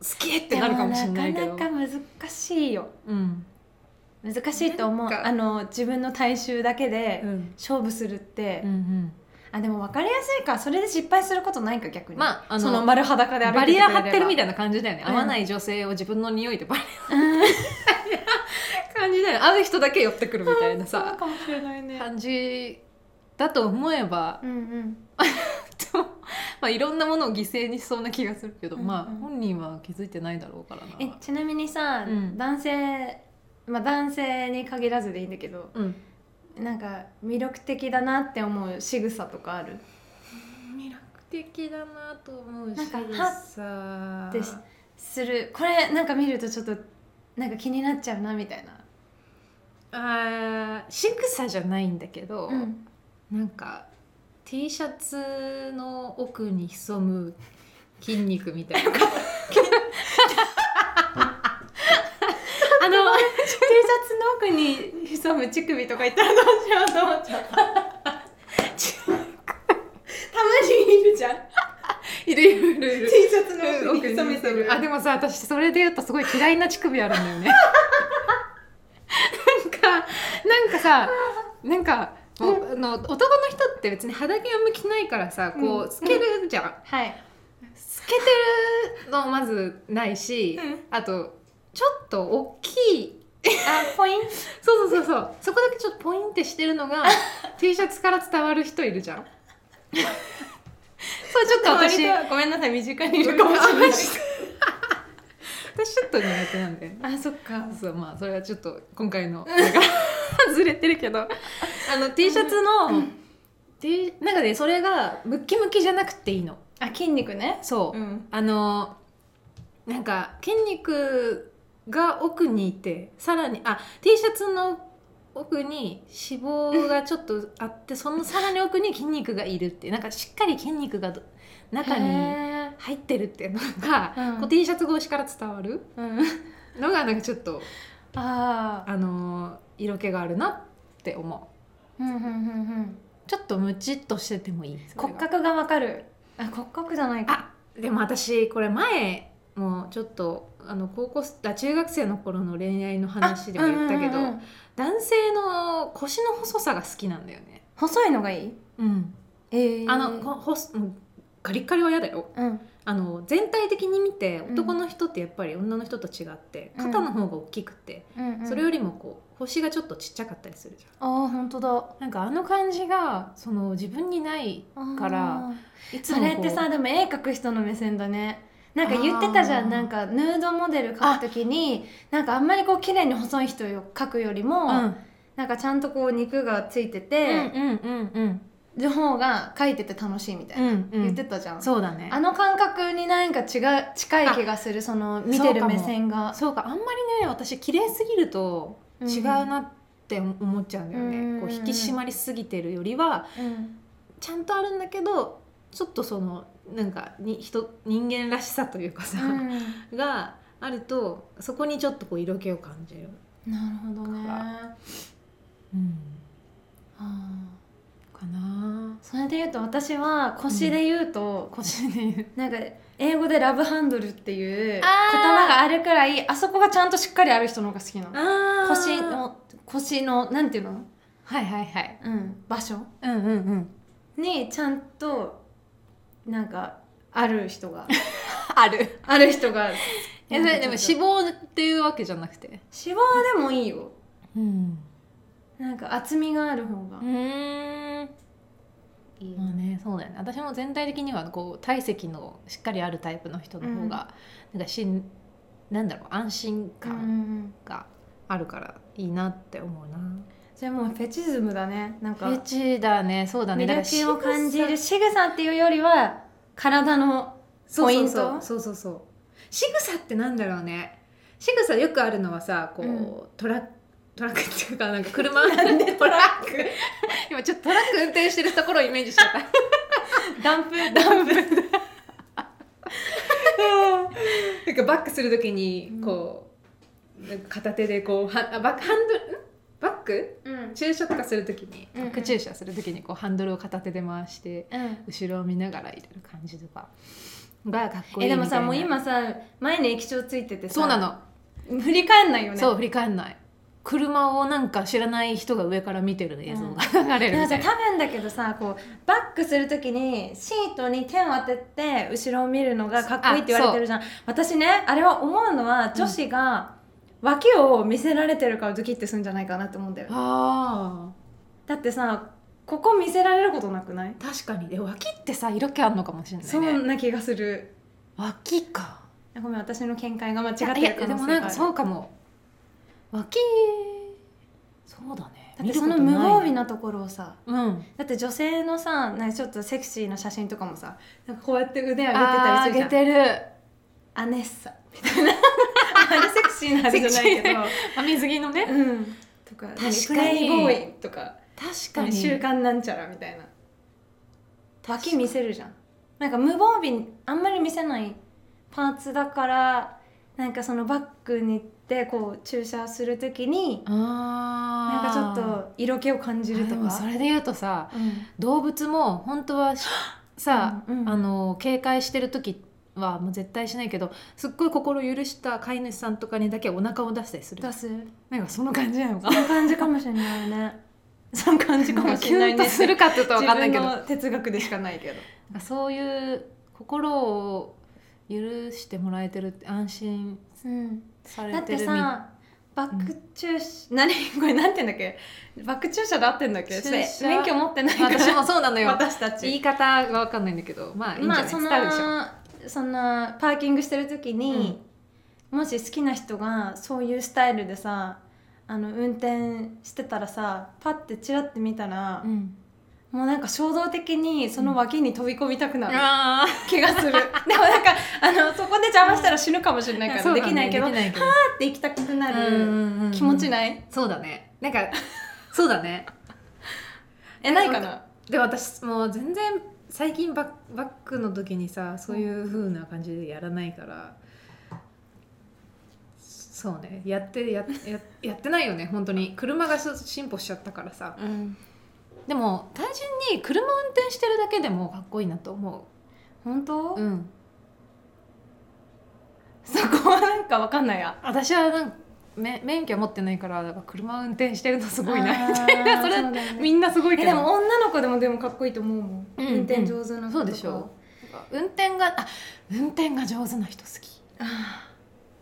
S1: ー好きってなるかもしれないけ
S2: で
S1: ど
S2: もなかなか難しいよ
S1: うん
S2: 難しいと思う
S1: なんか
S2: あの自分の体臭だけで
S1: うん
S2: 勝負するって、
S1: うんうん
S2: あでも分かりやすいかそれで失敗することないか逆にあ
S1: まああ
S2: その
S1: の
S2: 丸裸で歩いて
S1: バリア張ってるみ
S2: たい
S1: たいな感じだよね、
S2: うん
S1: 合わない女性を自分の匂いでバリア感じだよね合う人だけ寄ってくるみたいな
S2: そう
S1: さ
S2: かもしれないね
S1: 感じだと思えば
S2: うんうん
S1: でもまあいろんなものを犠牲にしそうな気がするけど、
S2: うんうん
S1: まあ本人は気づいてないだろうから
S2: え
S1: な。
S2: ちなみにさ、
S1: うん
S2: 男性まあ男性に限らずでいいんだけど
S1: うん、
S2: なんか魅力的だなって思う仕草とかある
S1: 魅力的だなと思う
S2: なんか
S1: さ
S2: ってしするこれなんか見るとちょっとなんか気になっちゃうなみたいな、
S1: あー仕草じゃないんだけど、
S2: うん
S1: なんか T シャツの奥に潜む筋肉みた いな。あの
S2: T シャツの奥に潜む乳首とか言ったらどうしようと思っちゃったたまにいるじゃん
S1: いるいるいるいる
S2: T シャツの奥に潜めてる
S1: あでもさ私それで言うとすごい嫌いな乳首 あるんだよねなんかなんかさなんかもうあの男の人って別に肌着は向きないからさこ
S2: うん
S1: う透けるじゃん、透
S2: はい
S1: けてるのまずないし、
S2: うん
S1: あとちょっと大きい
S2: あポイント
S1: そうそうそうそうそこだけちょっとポインってしてるの が T シャツから伝わる人いるじゃんそうちょっと私
S2: ごめんなさい身近にい
S1: い
S2: る
S1: る
S2: か
S1: か
S2: も
S1: も
S2: しれ
S1: しれ
S2: な
S1: ないい私ちょっと苦手なんだよね
S2: あそっか
S1: そうまあそれはちょっと今回 のなんかずれてるけどあの T シャツの T なんかねそれがムッキムキじゃなくていいの
S2: あ筋肉ね
S1: そう、
S2: ん
S1: あのなんか筋肉が奥にいてさらにあ T シャツの奥に脂肪がちょっとあってそのさらに奥に筋肉がいるっていうなんかしっかり筋肉がど中に
S2: へ
S1: 入ってるっていうのが、
S2: うん
S1: こう T シャツ越しから伝わる
S2: ーうん
S1: のがなんかちょっと
S2: ああ
S1: あのー色気があるなって思
S2: うんうんうんうん
S1: うちょっとムチっとしててもいいそれ
S2: 骨
S1: が
S2: 格がわかるあ骨格じゃないか
S1: あでも私これ前もちょっとあの高校あ中学生の頃の恋愛の話でも言ったけど、
S2: うんうんうんうん
S1: 男性の腰の細さが好きなんだよね
S2: 細いのがいい
S1: うん
S2: ええ
S1: あのこほすうんガリッガリは嫌だよ
S2: うん
S1: あの全体的に見て
S2: うん
S1: 男の人ってやっぱり女の人と違って
S2: うん
S1: 肩の方が大きくて、
S2: うんうん
S1: それよりもこう星がちょっとちっちゃかったりするじゃん
S2: ああ本当だ
S1: なんかあの感じがその自分にないから
S2: あー
S1: い
S2: そ
S1: つもこう
S2: れってさでも絵描く人の目線だねなんか言ってたじゃ
S1: あー
S2: んなんかヌードモデル描くときになんかあんまりこう綺麗に細い人を描くよりも、
S1: うん
S2: なんかちゃんとこう肉がついて
S1: うん
S2: て、
S1: うんうんうん
S2: の方が描いてて楽しいみたいな、
S1: うんうん
S2: 言ってたじゃん
S1: そうだね
S2: あの感覚になんか違う近い気がするその見てる目線が
S1: そうかあんまりね私綺麗すぎると違うなって思っちゃうんだよね、
S2: うん
S1: こう引き締まりすぎてるよりは
S2: うん
S1: ちゃんとあるんだけどちょっとそのなんかに人人間らしさというかさ、
S2: うん
S1: があるとそこにちょっとこう色気を感じる、
S2: なるほどね
S1: だから
S2: あー
S1: かな
S2: それで言うと私は腰で言うと、
S1: 腰で言う
S2: なんか英語でラブハンドルっていう言
S1: あー
S2: 葉があるくらいあそこがちゃんとしっかりある人の方が好きなの
S1: あ
S2: 腰
S1: 腰の
S2: の腰のなんていうの、
S1: はいはいはい
S2: うん、場所
S1: うんうんうん
S2: にちゃんとなんかある人 が
S1: ある
S2: ある人が
S1: えそれでも
S2: 脂
S1: 脂
S2: 肪
S1: 肪っていうわけじゃなくて
S2: 脂肪でもいいよ
S1: うん
S2: なんか厚みがある方が
S1: うん
S2: いい、
S1: まあねそうだよね私も全体的にはこう体積のしっかりあるタイプの人の方が、なんかしんなんだろう安心
S2: うんうん
S1: 感
S2: うん
S1: があるからいいなって思うな、
S2: それもうフェチズムだねなんか
S1: フェチだねそうだね
S2: 魅
S1: だから
S2: 力を感じる
S1: 仕
S2: 仕草っていうよりは体の
S1: 草
S2: ポイント
S1: そうそうそうそう仕草ってなんだろうね仕草よくあるのはさこう、
S2: うん
S1: トラックトラックっていうかなんか車
S2: なんで
S1: トラ ック今ちょっとトラック運転してるところをイメージしちゃった
S2: ダンプダンプ
S1: なんかバックするときに
S2: うん
S1: こう、なんか片手でこうはあバックハンドルんバック
S2: うん
S1: 注射とかするときに、
S2: うんうん
S1: バック注射するときにこうハンドルを片手で回して後ろを見ながら入れる感じとかがかっこいい
S2: えでも
S1: みたい
S2: さ
S1: な
S2: もう今さ前に液晶ついててさ
S1: そうなの、
S2: 振り返んないよね
S1: そう振り返んない車をなんか知らない人が上から見てる映像が流れ
S2: で
S1: る
S2: も
S1: み
S2: さ
S1: たいな、
S2: 多分だけどさこうバックする時にシートに手を当てて後ろを見るのがかっこいいって言われてるじゃん私ねあれは思うのは女子が脇を見せられてるからドキッてするんじゃないかなって思うんだよ
S1: あ
S2: だってさここ見せられることなくない
S1: ー確かにで脇ってさ色気あんのかもしれな
S2: そ
S1: いね
S2: んな気がする
S1: 脇か
S2: ごめん私の見解が間違って
S1: いや
S2: る可能性がある
S1: いやでもなんかそうかも脇そうだね
S2: だってその無防備なところをさ
S1: うん
S2: だって女性のさなんかちょっとセクシーな写真とかもさなんかこうやって腕上げて
S1: あ
S2: たり
S1: ー
S2: するじゃん
S1: 上げてる
S2: アネッサみたいなあれセクシーなあれじゃないけど
S1: あ水着のね
S2: うんとか
S1: かに
S2: プレイボーイとか
S1: 確かに
S2: 週刊なんちゃらみたいな脇見せるじゃんなんか無防備あんまり見せないパーツだからなんかそのバッグに行ってこう注射するときにな
S1: あ
S2: ん
S1: ー
S2: かちょっと色気を感じると
S1: あでもそ
S2: か
S1: れで言うとさ
S2: うん
S1: 動物も本当 はしさ、
S2: うんうん
S1: あの警戒してる時はもう絶対しないけどすっごい心許した飼い主さんとかにだけお腹を出したりする
S2: 出す
S1: なんかその感じなのか
S2: その感じかもしれないね その感じかもしれない
S1: キュン
S2: ね
S1: とするかって言うと分かんないけど
S2: 自分の哲学でしかないけど
S1: なんかそういう心を許してもらえてるって安心
S2: うん
S1: され
S2: だってて
S1: る
S2: さバック注射、何これなんて言うんだっけバック注射で合ってんだっけ
S1: 注射
S2: それ免許持ってない
S1: み
S2: から
S1: 私もそうなの よ
S2: 私た
S1: 言
S2: ち
S1: い方が分かんないんだけどまあいいんじゃ
S2: ま
S1: な
S2: あ
S1: い
S2: そ
S1: 伝わるでしょ、
S2: のそのパーキングしてる時に、もし好きな人がそういうスタイルでさあの運転してたらさパッてチラッて見たら、
S1: うん、
S2: もうなんか衝動的にその脇に飛び込みたくなる、
S1: あ
S2: 気が するでもなんかあのそこで邪魔したら死ぬかもしれないから、
S1: そう
S2: で
S1: だね
S2: きないけど
S1: できないけど
S2: はーって行きたくな
S1: あ
S2: る気持ち
S1: い
S2: ない、
S1: そうだねなんかそうだね
S2: えないかな
S1: で私もう全然最近バックバックの時にさそういう風な感じでやらないから、そうねやってやややってないよね本当に車がす進歩しちゃったからさ
S2: うん
S1: でも単純に車運転してるだけでもかっこいいなと思
S2: 本当、
S1: ううん
S2: そこはなんかわかんないや
S1: 私はなんかめ免許持ってないからなんか車運転してるのすごいな みたい
S2: あー
S1: なそれ
S2: うだよね
S1: みんなすごい
S2: え
S1: けど
S2: でも女の子でもでもかっこいいと思うもん、
S1: うん
S2: 運転上手な子とか
S1: そうでしょか運転があ運転が上手な人好き、
S2: あ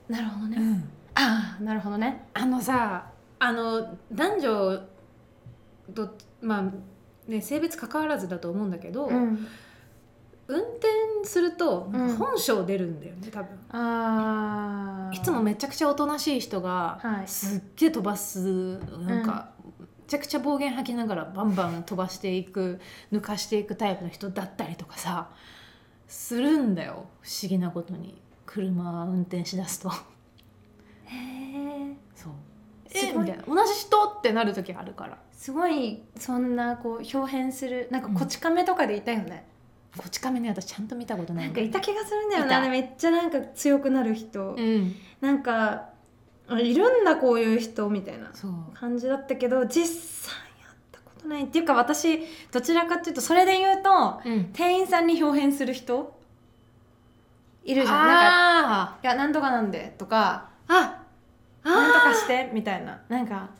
S2: ーなるほど
S1: う
S2: ね
S1: ん、
S2: ああなるほどね
S1: あのさあの男女どまあね性別関わらずだと思うんだけど、
S2: ん
S1: 運転するとなんか本性出るんだよね多分、
S2: ああ
S1: いつもめちゃくちゃおとなしい人が、
S2: はい
S1: すっげえ飛ばすなんか、めちゃくちゃ暴言吐きながらバンバン飛ばしていく抜かしていくタイプの人だったりとかさするんだよ不思議なことに車運転しだすと
S2: へえ
S1: そう
S2: す
S1: え
S2: ご
S1: み
S2: い
S1: たいな同じ人ってなる時あるから
S2: すごいそんなこう表変するなんかこち亀とかでいたよね、
S1: こち亀ね私ちゃんと見たことな
S2: な
S1: い
S2: ん
S1: の
S2: かいた気がするんだよ
S1: い
S2: ね
S1: た
S2: あれめっちゃなんか強くなる人、
S1: うん
S2: なんかあいるんだこういう人みたいな
S1: そう
S2: 感じだったけど実際やったことないっていうか私どちらかっていうとそれで言うと
S1: うん
S2: 店員さんに表変する人いるじゃんなんか
S1: あ
S2: 「いやなんとかなんで」とか
S1: ーあ
S2: 「なんと
S1: あ
S2: かして」みたいななんか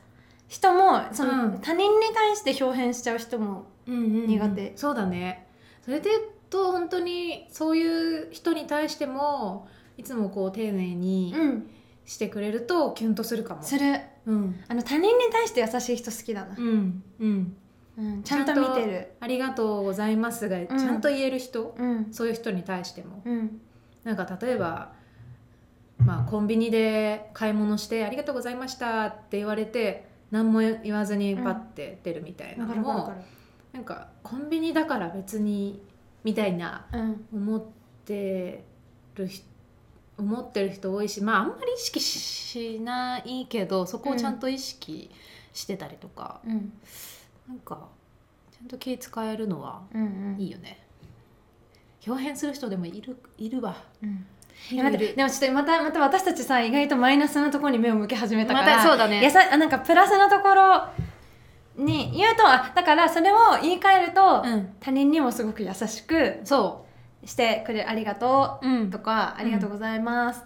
S2: 人もその、
S1: うん
S2: 他人に対して表変しちゃう人も
S1: うんうんうん
S2: 苦手
S1: そうだねそれで言うと本当にそういう人に対してもいつもこう丁寧に
S2: うん
S1: してくれるとキュンとするかも
S2: する
S1: うん
S2: あの他人に対して優しい人好きだな
S1: う、んうん
S2: うん、ちゃんと見てる
S1: ありがとうございますがちゃんと言える人、
S2: うん
S1: そういう人に対しても
S2: うん
S1: なんか例えばまあコンビニで買い物して「ありがとうございました」って言われて何も言わずにバッて出るみたいな
S2: わ
S1: の
S2: かるわ
S1: も、
S2: かるわ
S1: なんかコンビニだから別にみたいな
S2: かるうん
S1: 思ってる人思ってる人多いしまああんまり意識しないけどそこをちゃんと意識してたりとか、
S2: うん
S1: なんかちゃんと気使えるのは
S2: うんうん
S1: いいよね。表変する人でもいるいるわ。
S2: うん
S1: い
S2: いや待
S1: る
S2: って
S1: いる
S2: でもちょっとまたまた私たちさ意外とマイナスなところに目を向け始めたから、
S1: そうだ
S2: や
S1: ね。
S2: さあなんかプラスなところに言うとあだからそれを言い換えると、
S1: うん、
S2: 他人にもすごく優しく
S1: そ
S2: してくれるありがと
S1: う、う
S2: うんとか、
S1: ん
S2: ありがとうございます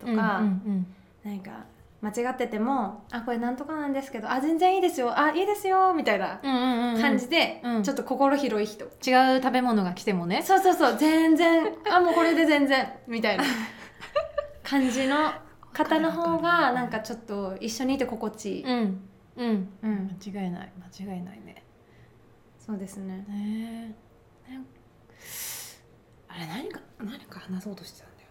S2: とか、
S1: うん
S2: なんか間違っててもあこれなんとかなんですけどあ全然いいですよあいいですよみたいな
S1: うんうんうんうんうん
S2: 感じで、
S1: うん
S2: ちょっと心広い人、
S1: 違う食べ物が来てもね。
S2: そうそうそう全然あもうこれで全然みたいな感じの方の方がなんかちょっと一緒にいて心地いい、
S1: うんうん
S2: うん、
S1: 間違いない間違いないね。
S2: そうですね
S1: ねえなんあれ何か何か話そうとしてたんだよ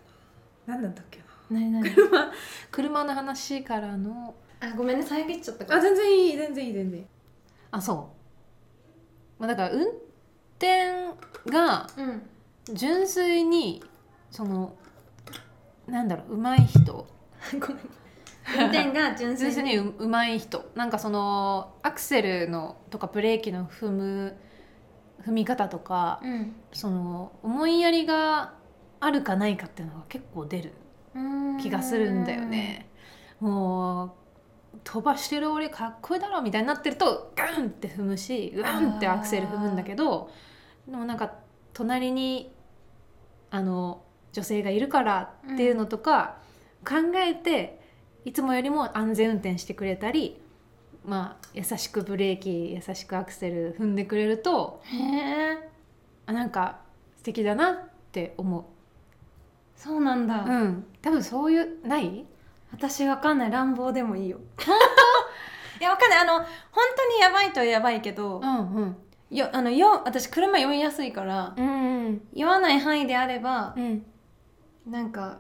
S1: な何だったっけな
S2: なになに
S1: 車車の話からの
S2: あごめんね遮っちゃったか
S1: あ
S2: ら
S1: 全然いい全然いい全然いいあそう、まあ、だから運転が
S2: うん
S1: 純粋にそのなんだろう上手い人
S2: ごめん運転が純
S1: 純粋
S2: 粋に
S1: にう上手い人なんかそのアクセルのとかブレーキの踏む踏み方とか
S2: うん
S1: その思いやりがあるかないかっていうのが結構出る
S2: うーん
S1: 気がするんだよね。もう飛ばしてる俺かっこいいだろみたいになってるとガンって踏むしガンってアクセル踏むんだけどでもなんか隣にあの女性がいるからっていうのとか考えて、いつもよりも安全運転してくれたり、まあ、優しくブレーキ優しくアクセル踏んでくれると
S2: へえ
S1: あなんか素敵だなって思
S2: そうなんだ、
S1: ううん多分そういうない
S2: 私わかんない乱暴でもいいよ本当 いやわかんないあの本当にやばいとはやばいけど、
S1: んうん
S2: よあのよ私車酔いやすいから
S1: うん
S2: 酔わない範囲であれば
S1: うんうん
S2: なんか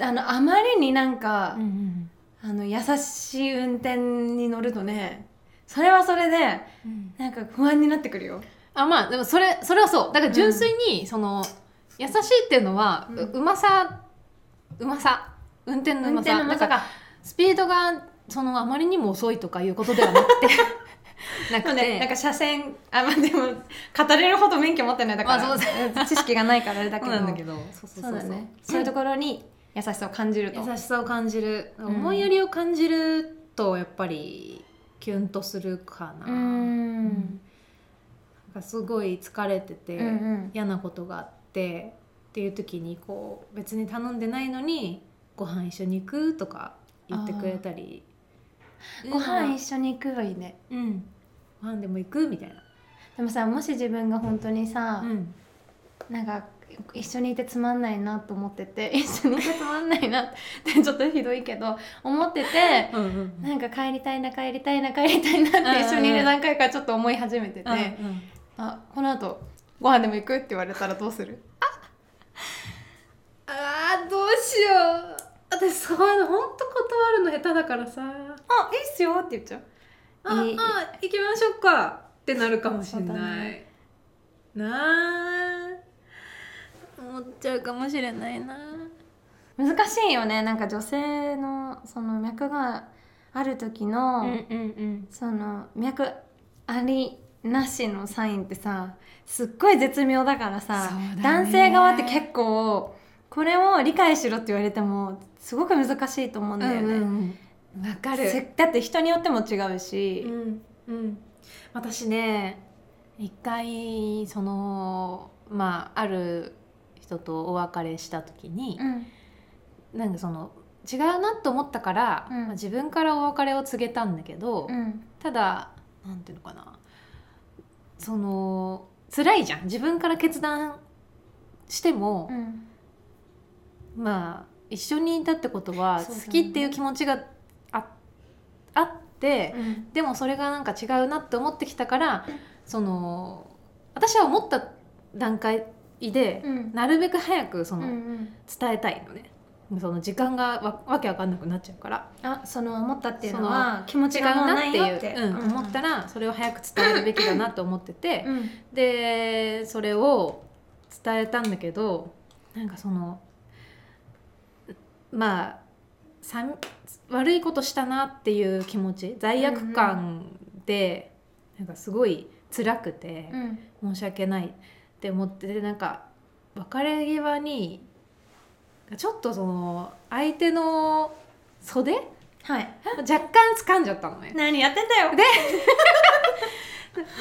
S2: あのあまりになんか、
S1: ん
S2: あの優しい運転に乗るとねそれはそれで
S1: うん
S2: なんか不安になってくるよ
S1: あまあでもそれそれはそうだから純粋にその、優しいっていうのは、
S2: うん
S1: ううまさうまさ運転のう
S2: 運
S1: ま
S2: 転
S1: さ
S2: のま
S1: だ
S2: さ
S1: から
S2: か
S1: スピードがそのあまりにも遅いとかいうことではなく てな
S2: そう
S1: く
S2: ね
S1: て
S2: なんか車線あまあでも語れるほど免許持ってないだから、
S1: まあそ う
S2: 知識がないからあれだけ
S1: そう
S2: ど
S1: なんだけどそうそ
S2: そ
S1: うそうう
S2: だ
S1: そう
S2: ねそういうところに優しさを感じると
S1: 優しさを感じる、
S2: ん
S1: 思いやりを感じるとやっぱりキュンとするかな、
S2: うー
S1: うんんなんかすごい疲れてて、
S2: うんうん
S1: 嫌なことがあってっていう時にこう別に頼んでないのにご飯一緒に行くとか言ってくれたり
S2: ご飯一
S1: 緒
S2: 緒に行くはいいね
S1: うんご飯でも行くみたいな、
S2: でもさもし自分が本当にさ、
S1: うん
S2: なんか一緒にいてつまんないなと思ってて一緒にいてつまんないなってちょっとひどいけど思ってて
S1: うんうん
S2: なんか帰りたいな帰りたいな帰りたいなって一緒にいる段階からちょっと思い始めてて、
S1: うん
S2: あこの後ご飯でも行くって言われたらどうする
S1: あーどうしよう私そういうのほんと断るの下手だからさ
S2: あいいっすよって言っちゃう
S1: あ、
S2: いい
S1: あ行きましょうかってなるかもしれ
S2: そうだ
S1: ない、
S2: ね
S1: なあ思っちゃうかもしれないな
S2: 難しいよねなんか女性のその脈がある時の、
S1: ん
S2: その脈ありなしのサインってさすっごい絶妙だからさ、
S1: そうだね
S2: 男性側って結構これを理解しろって言われてもすごく難しいと思うんだよね。
S1: わか
S2: せだって人によっても違う
S1: う
S2: し、
S1: んうん私ね一回そのまあある人とお別れした時に、
S2: ん
S1: なんかその違うなと思ったから、
S2: うん
S1: まあ自分からお別れを告げたんだけど、
S2: うん
S1: ただなんていうのかなその辛いじゃん自分から決断しても、
S2: ん、
S1: まあ一緒にいたってことは
S2: そうだね
S1: 好きっていう気持ちがああって、でもそれがなんか違うなって思ってきたから、その私は思った段階で、
S2: うん
S1: なるべく早くその、
S2: うん
S1: 伝えたいのねその時間がわわけわかんなくなっちゃうから
S2: あその思ったっていうのは気持
S1: 違
S2: ち
S1: う
S2: がもう
S1: な
S2: ないよっ
S1: ってていう、うん思ったらそれを早く伝えるべきだなと思ってて、
S2: うん
S1: でそれを伝えたんだけどなんかそのまあさみ悪いことしたなっていう気持ち罪悪感で、なんかすごい辛くて
S2: う、ん
S1: 申し訳ないって思っててなんか別れ際にちょっとその相手の袖
S2: はい
S1: 若干掴んじゃったのね。
S2: 何やってんだよ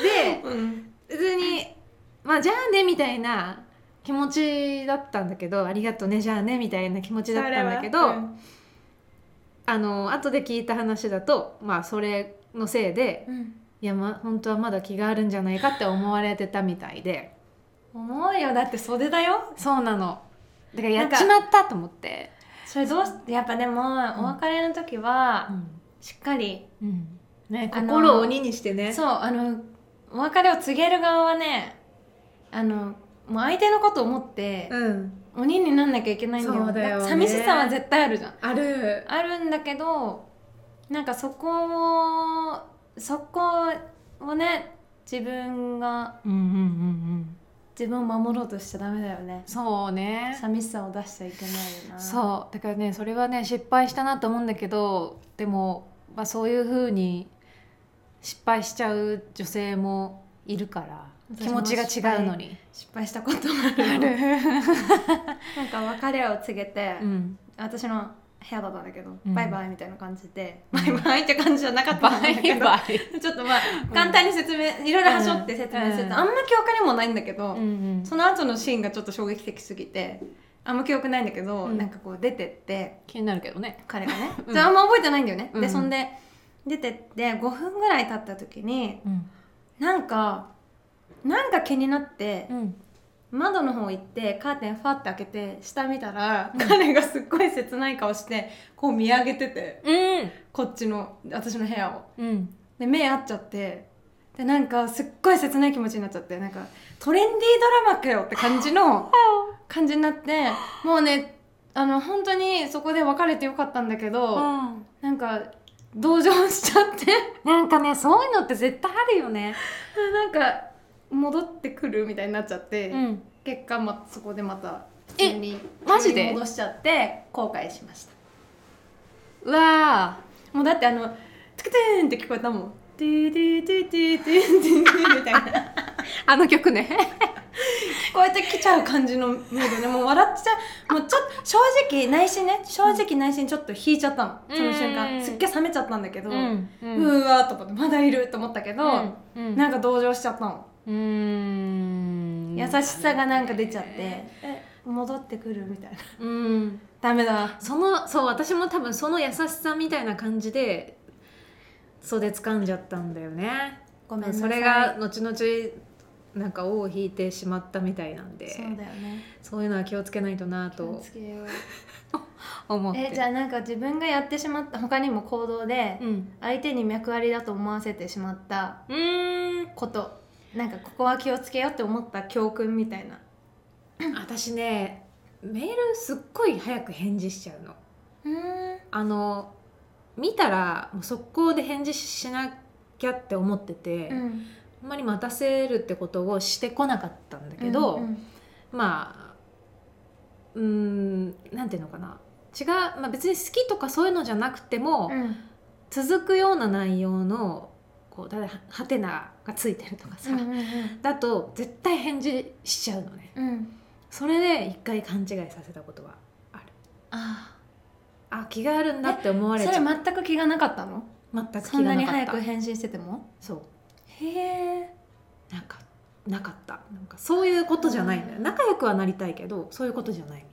S1: で
S2: うん
S1: 普通に「まあじゃあね」みたいな気持ちだったんだけど「ありがとうねじゃあね」みたいな気持ちだったんだけど、
S2: それはうん
S1: あの後で聞いた話だとまあそれのせいで
S2: うん
S1: いや、ま、本当はまだ気があるんじゃないかって思われてたみたいで
S2: 思うよだって袖だよ
S1: そうなのだからや
S2: な
S1: っ
S2: んか
S1: ちまったと思って。
S2: それどうしやっぱでもお別れの時はしっかり、
S1: うんね、
S2: あの
S1: 心を鬼にしてね
S2: そうあのお別れを告げる側はねあのもう相手のことを思って
S1: うん、
S2: 鬼になんなきゃいけないんだよ
S1: そうだよ
S2: か
S1: ね
S2: ら寂しさは絶対あるじゃん
S1: ある
S2: あるんだけどなんかそこをそこをね自分が
S1: うんうんうんうん
S2: 自分を守ろうとしちゃダメだよね
S1: そうね
S2: 寂しさを出しちゃいけないよなう
S1: そうだからねそれはね失敗したなと思うんだけどでも、まあ、そういうふうに失敗しちゃう女性もいるから
S2: 私
S1: 気
S2: も
S1: 持ちが違うのに
S2: 失敗したこともある
S1: あ
S2: なんか別れを告げて、
S1: うん
S2: 私の部屋だったんだけど、
S1: うん
S2: バイバイみたいな感じで、
S1: うん
S2: バイバイって感じじゃなかったん
S1: バ
S2: だけ
S1: イ
S2: ど
S1: バイ
S2: ちょっとまあ簡単に説明、いろいろはしょって説明すると、
S1: うん
S2: あんま記憶にもないんだけど、
S1: うんうん
S2: その後のシーンがちょっと衝撃的すぎてあんま記憶ないんだけど、
S1: うん
S2: なんかこう出てって
S1: 気になるけどね
S2: 彼がね、
S1: うん
S2: であんま覚えてないんだよね、
S1: うん
S2: でそんで出てって5分ぐらい経った時に
S1: うん
S2: なんかなんか気になって、
S1: うん
S2: 窓の方行ってカーテンファって開けて下見たら、
S1: うん
S2: 彼がすっごい切ない顔してこう見上げてて
S1: うん
S2: こっちの私の部屋を
S1: うん
S2: で目合っちゃってでなんかすっごい切ない気持ちになっちゃってなんかトレンディードラマかよって感じの感じになってもうねあの本当にそこで別れてよかったんだけど、なんか同情しちゃって
S1: なんかねそういうのって絶対あるよね
S2: なんか戻ってくるみたいになっちゃって、
S1: うん
S2: 結果、ま、そこでまた
S1: え
S2: 急に
S1: マジで
S2: 急に戻しちゃって後悔しました
S1: うわ
S2: もうだってあの「トゥクトゥーン」って聞こえたも ん「トゥートゥートゥートゥートゥートゥートゥー」みたいな
S1: ーあの曲ね
S2: こうやって来ちゃう感じのムードでもう笑っちゃうもうちょっと正直内心ね正直内心ちょっと引いちゃったのその瞬
S1: うん
S2: 間すっげえ冷めちゃったんだけど、う
S1: う
S2: ーわーと思ってまだいると思ったけど、
S1: うん
S2: なんか同情しちゃったの、
S1: うーん
S2: 優しさがなんか出ちゃって、え戻ってくるみたいな
S1: うん
S2: ダメだ
S1: そのそう私も多分その優しさみたいな感じで袖掴んじゃったんだよね
S2: ごめんなさい
S1: それが後々なんか尾を引いてしまったみたいなんで
S2: そうだよね
S1: そういうのは気をつけないとな
S2: 気を
S1: と
S2: つけよう
S1: 思って
S2: えじゃあなんか自分がやってしまった他にも行動で
S1: うん
S2: 相手に脈ありだと思わせてしまった
S1: うーん
S2: ことなんかここは気をつけようって思った教訓みたいな
S1: 私ねメールすっごい早く返事しちゃうの
S2: うん
S1: あの見たらもう速攻で返事しなきゃって思ってて、
S2: うん
S1: あんまり待たせるってことをしてこなかったんだけど、まあうーんなんていうのかな違う、まあ、別に好きとかそういうのじゃなくても、続くような内容のこうただハテナがついてるとかさ、だと絶対返事しちゃうのね
S2: うん
S1: それで一回勘違いさせたことは
S2: あ
S1: あ気があるんだって思わ
S2: あ
S1: れ
S2: そ
S1: ちゃ
S2: れ
S1: う全く
S2: 全く気がなかったの
S1: 気がなかった
S2: そんなに早く返信してても
S1: そう
S2: へえ
S1: なんかなかったなんかそういうことじゃないんだよ
S2: うん
S1: 仲良くはなりたいけどそういうことじゃないみ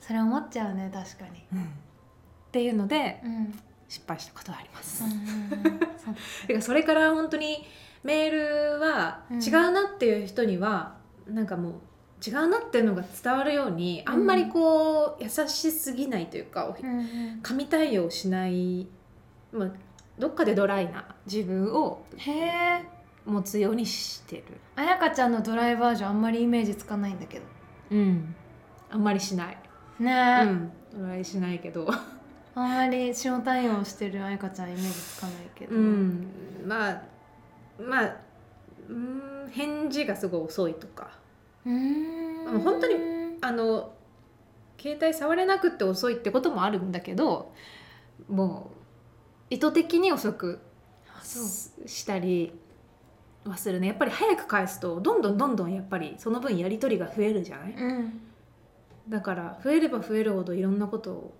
S2: それ思っちゃうね確かに
S1: たいな、っていうので
S2: うん
S1: 失敗したことはあります、
S2: そう
S1: てかそれから本当にメールは
S2: うん
S1: 違うなっていう人には、なんかもう違うなっていうのが伝わるようにあんまりこう優しすぎないというか、神対応しない、まあ、どっかでドライな自分を
S2: へえ
S1: 持つようにしてる、
S2: あやかちゃんのドライバージョンあんまりイメージつかないんだけど
S1: うん、あんまりしない、
S2: ねえ、
S1: うん、ドライしないけど
S2: あんまり塩対応してるあやかちゃんイメージつかないけど、
S1: うんまあまあうん返事がすごい遅いとか
S2: うーん
S1: もう本当にあの携帯触れなくって遅いってこともあるんだけどもう意図的に遅く
S2: あそう
S1: ししたりはするねやっぱり早く返すとどんどんどんどんやっぱりその分やり取りが増えるじゃない
S2: うん
S1: だから増えれば増えるほどいろんなことを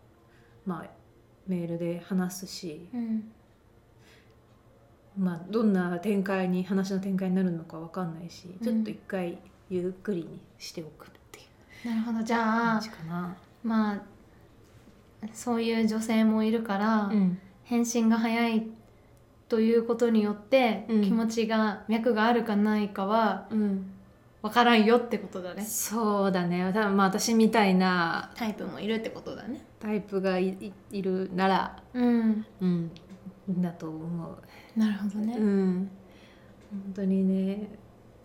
S1: まあメールで話すし
S2: うん
S1: まあ、どんな展開に話の展開になるのかわかんないし、
S2: うん
S1: ちょっと一回ゆっくりにしておくっていう
S2: なるほどじゃ
S1: 感
S2: あ
S1: じかな。
S2: まあそういう女性もいるから、
S1: うん
S2: 返信が早いということによって、
S1: うん
S2: 気持ちが脈があるかないかは
S1: うん、
S2: 分からんよってことだね
S1: そうだね多分まあ私みたいな
S2: タイプもいるってことだね
S1: タイプがいいいるなら、
S2: うん
S1: うん、だと思
S2: なるほど
S1: う、
S2: ね、
S1: うん、本当にね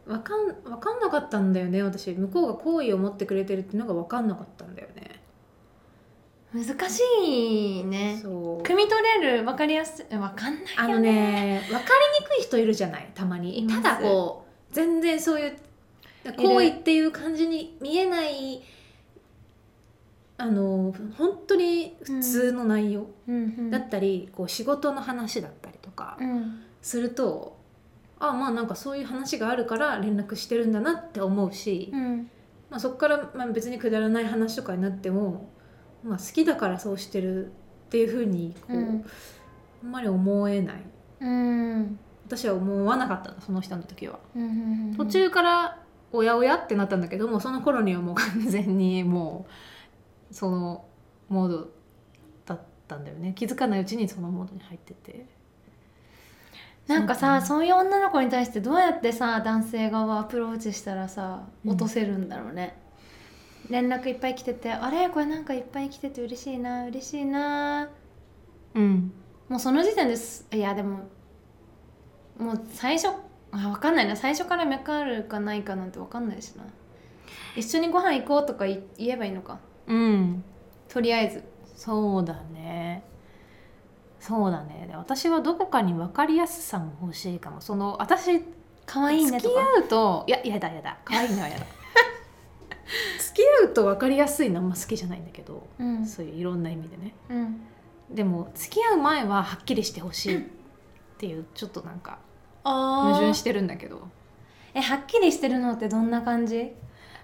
S1: わかんわかんなかったんだよね私向こうが好意を持ってくれてるっていうのがわかんなかったんだよね。
S2: 難しいね
S1: そう
S2: 汲み取れる分かりやすい分かんないよね
S1: あのね分かりにくい人いるじゃないたま
S2: い
S1: に
S2: ま
S1: た
S2: す
S1: だこう全然そういう行為っていう感じに見えないあの本当に普通の内容
S2: うんうん
S1: だったり、こう仕事の話だったりとか
S2: うん
S1: すると、あまあなんかそういう話があるから連絡してるんだなって思うし、
S2: うん
S1: まあ、そこから、まあ、別にくだらない話とかになっても、まあ、好きだからそうしてるっていうふうにこう、
S2: うん
S1: あんまり思えない
S2: うん
S1: 私は思わなかったのその人の時は
S2: うんうん
S1: 途中からおやおやってなったんだけどもその頃にはもう完全にもうそのモードだったんだよね気づかないうちにそのモードに入ってて
S2: なんかさ
S1: そ
S2: そういう女の子に対してどうやってさ男性側アプローチしたらさ
S1: うん
S2: 落とせるんだろうね、連絡いっぱい来ててあれこれなんかいっぱい来てて嬉しいな嬉しいな
S1: うん
S2: もうその時点ですいやでももう最初あわかんないな最初から脈あるかないかなんてわかんないしな一緒にご飯行こうとかい言えばいいのか
S1: うん
S2: とりあえず
S1: そうだねそうだねで私はどこかに分かりやすさも欲しいかもその私
S2: 可愛いねと
S1: 付き
S2: か
S1: 合うといややだやだ可愛いのはやだ 付き合うと分かりやすいのあんま好きじゃないんだけど
S2: うん
S1: そういういろんな意味でね
S2: うん
S1: でも付き合う前ははっきりしてほしいっていうちょっとなんか
S2: あ
S1: 矛盾
S2: ー
S1: してるんだけど
S2: えはっきりしてるのってどんな感じ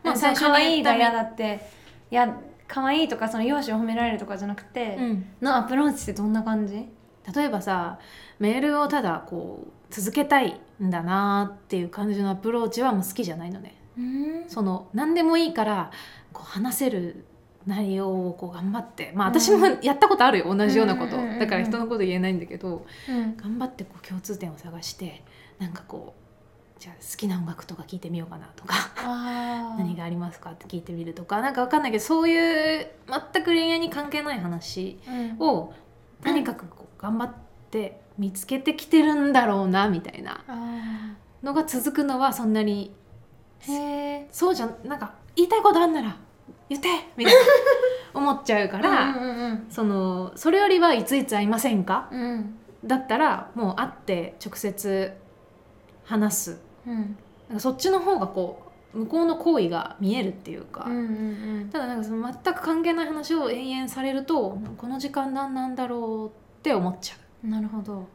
S1: ま
S2: なん
S1: あ
S2: か
S1: 最初に
S2: 可愛いが
S1: 言っ
S2: 嫌
S1: た
S2: だっていや可愛いとかその容姿を褒められるとかじゃなくて、のアプローチってどんな感じ
S1: 例えばさメールをただこう続けたいんだなっていう感じのアプローチはもう好きじゃないのね
S2: うん
S1: その何でもいいからこう話せる内容をこう頑張ってまあ私も
S2: う
S1: やったことあるよ同じようなこと
S2: うんうんうんうんうん
S1: だから人のこと言えないんだけど頑張ってこう共通点を探してなんかこうじゃあ好きな音楽とか聞いてみようかなとか
S2: あ
S1: 何がありますかって聞いてみるとかなんかわかんないけどそういう全く恋愛に関係ない話
S2: を
S1: をとにかくこう頑張って見つけてきてるんだろうなみたいな
S2: あ
S1: のが続くのはそんなに
S2: ーへえ
S1: そうじゃなんか言いたいことあんなら言ってみたいな思っちゃうから、
S2: うんうん
S1: そのそれよりはいついつ会いませんか
S2: うん
S1: だったらもう会って直接話す
S2: うん
S1: なんかそっちの方がこう向こうの行為が見えるっていうか、
S2: うんうん
S1: ただなんかその全く関係ない話を延々されるとこの時間何なんだろうって思っちゃ
S2: うんなるほど
S1: う、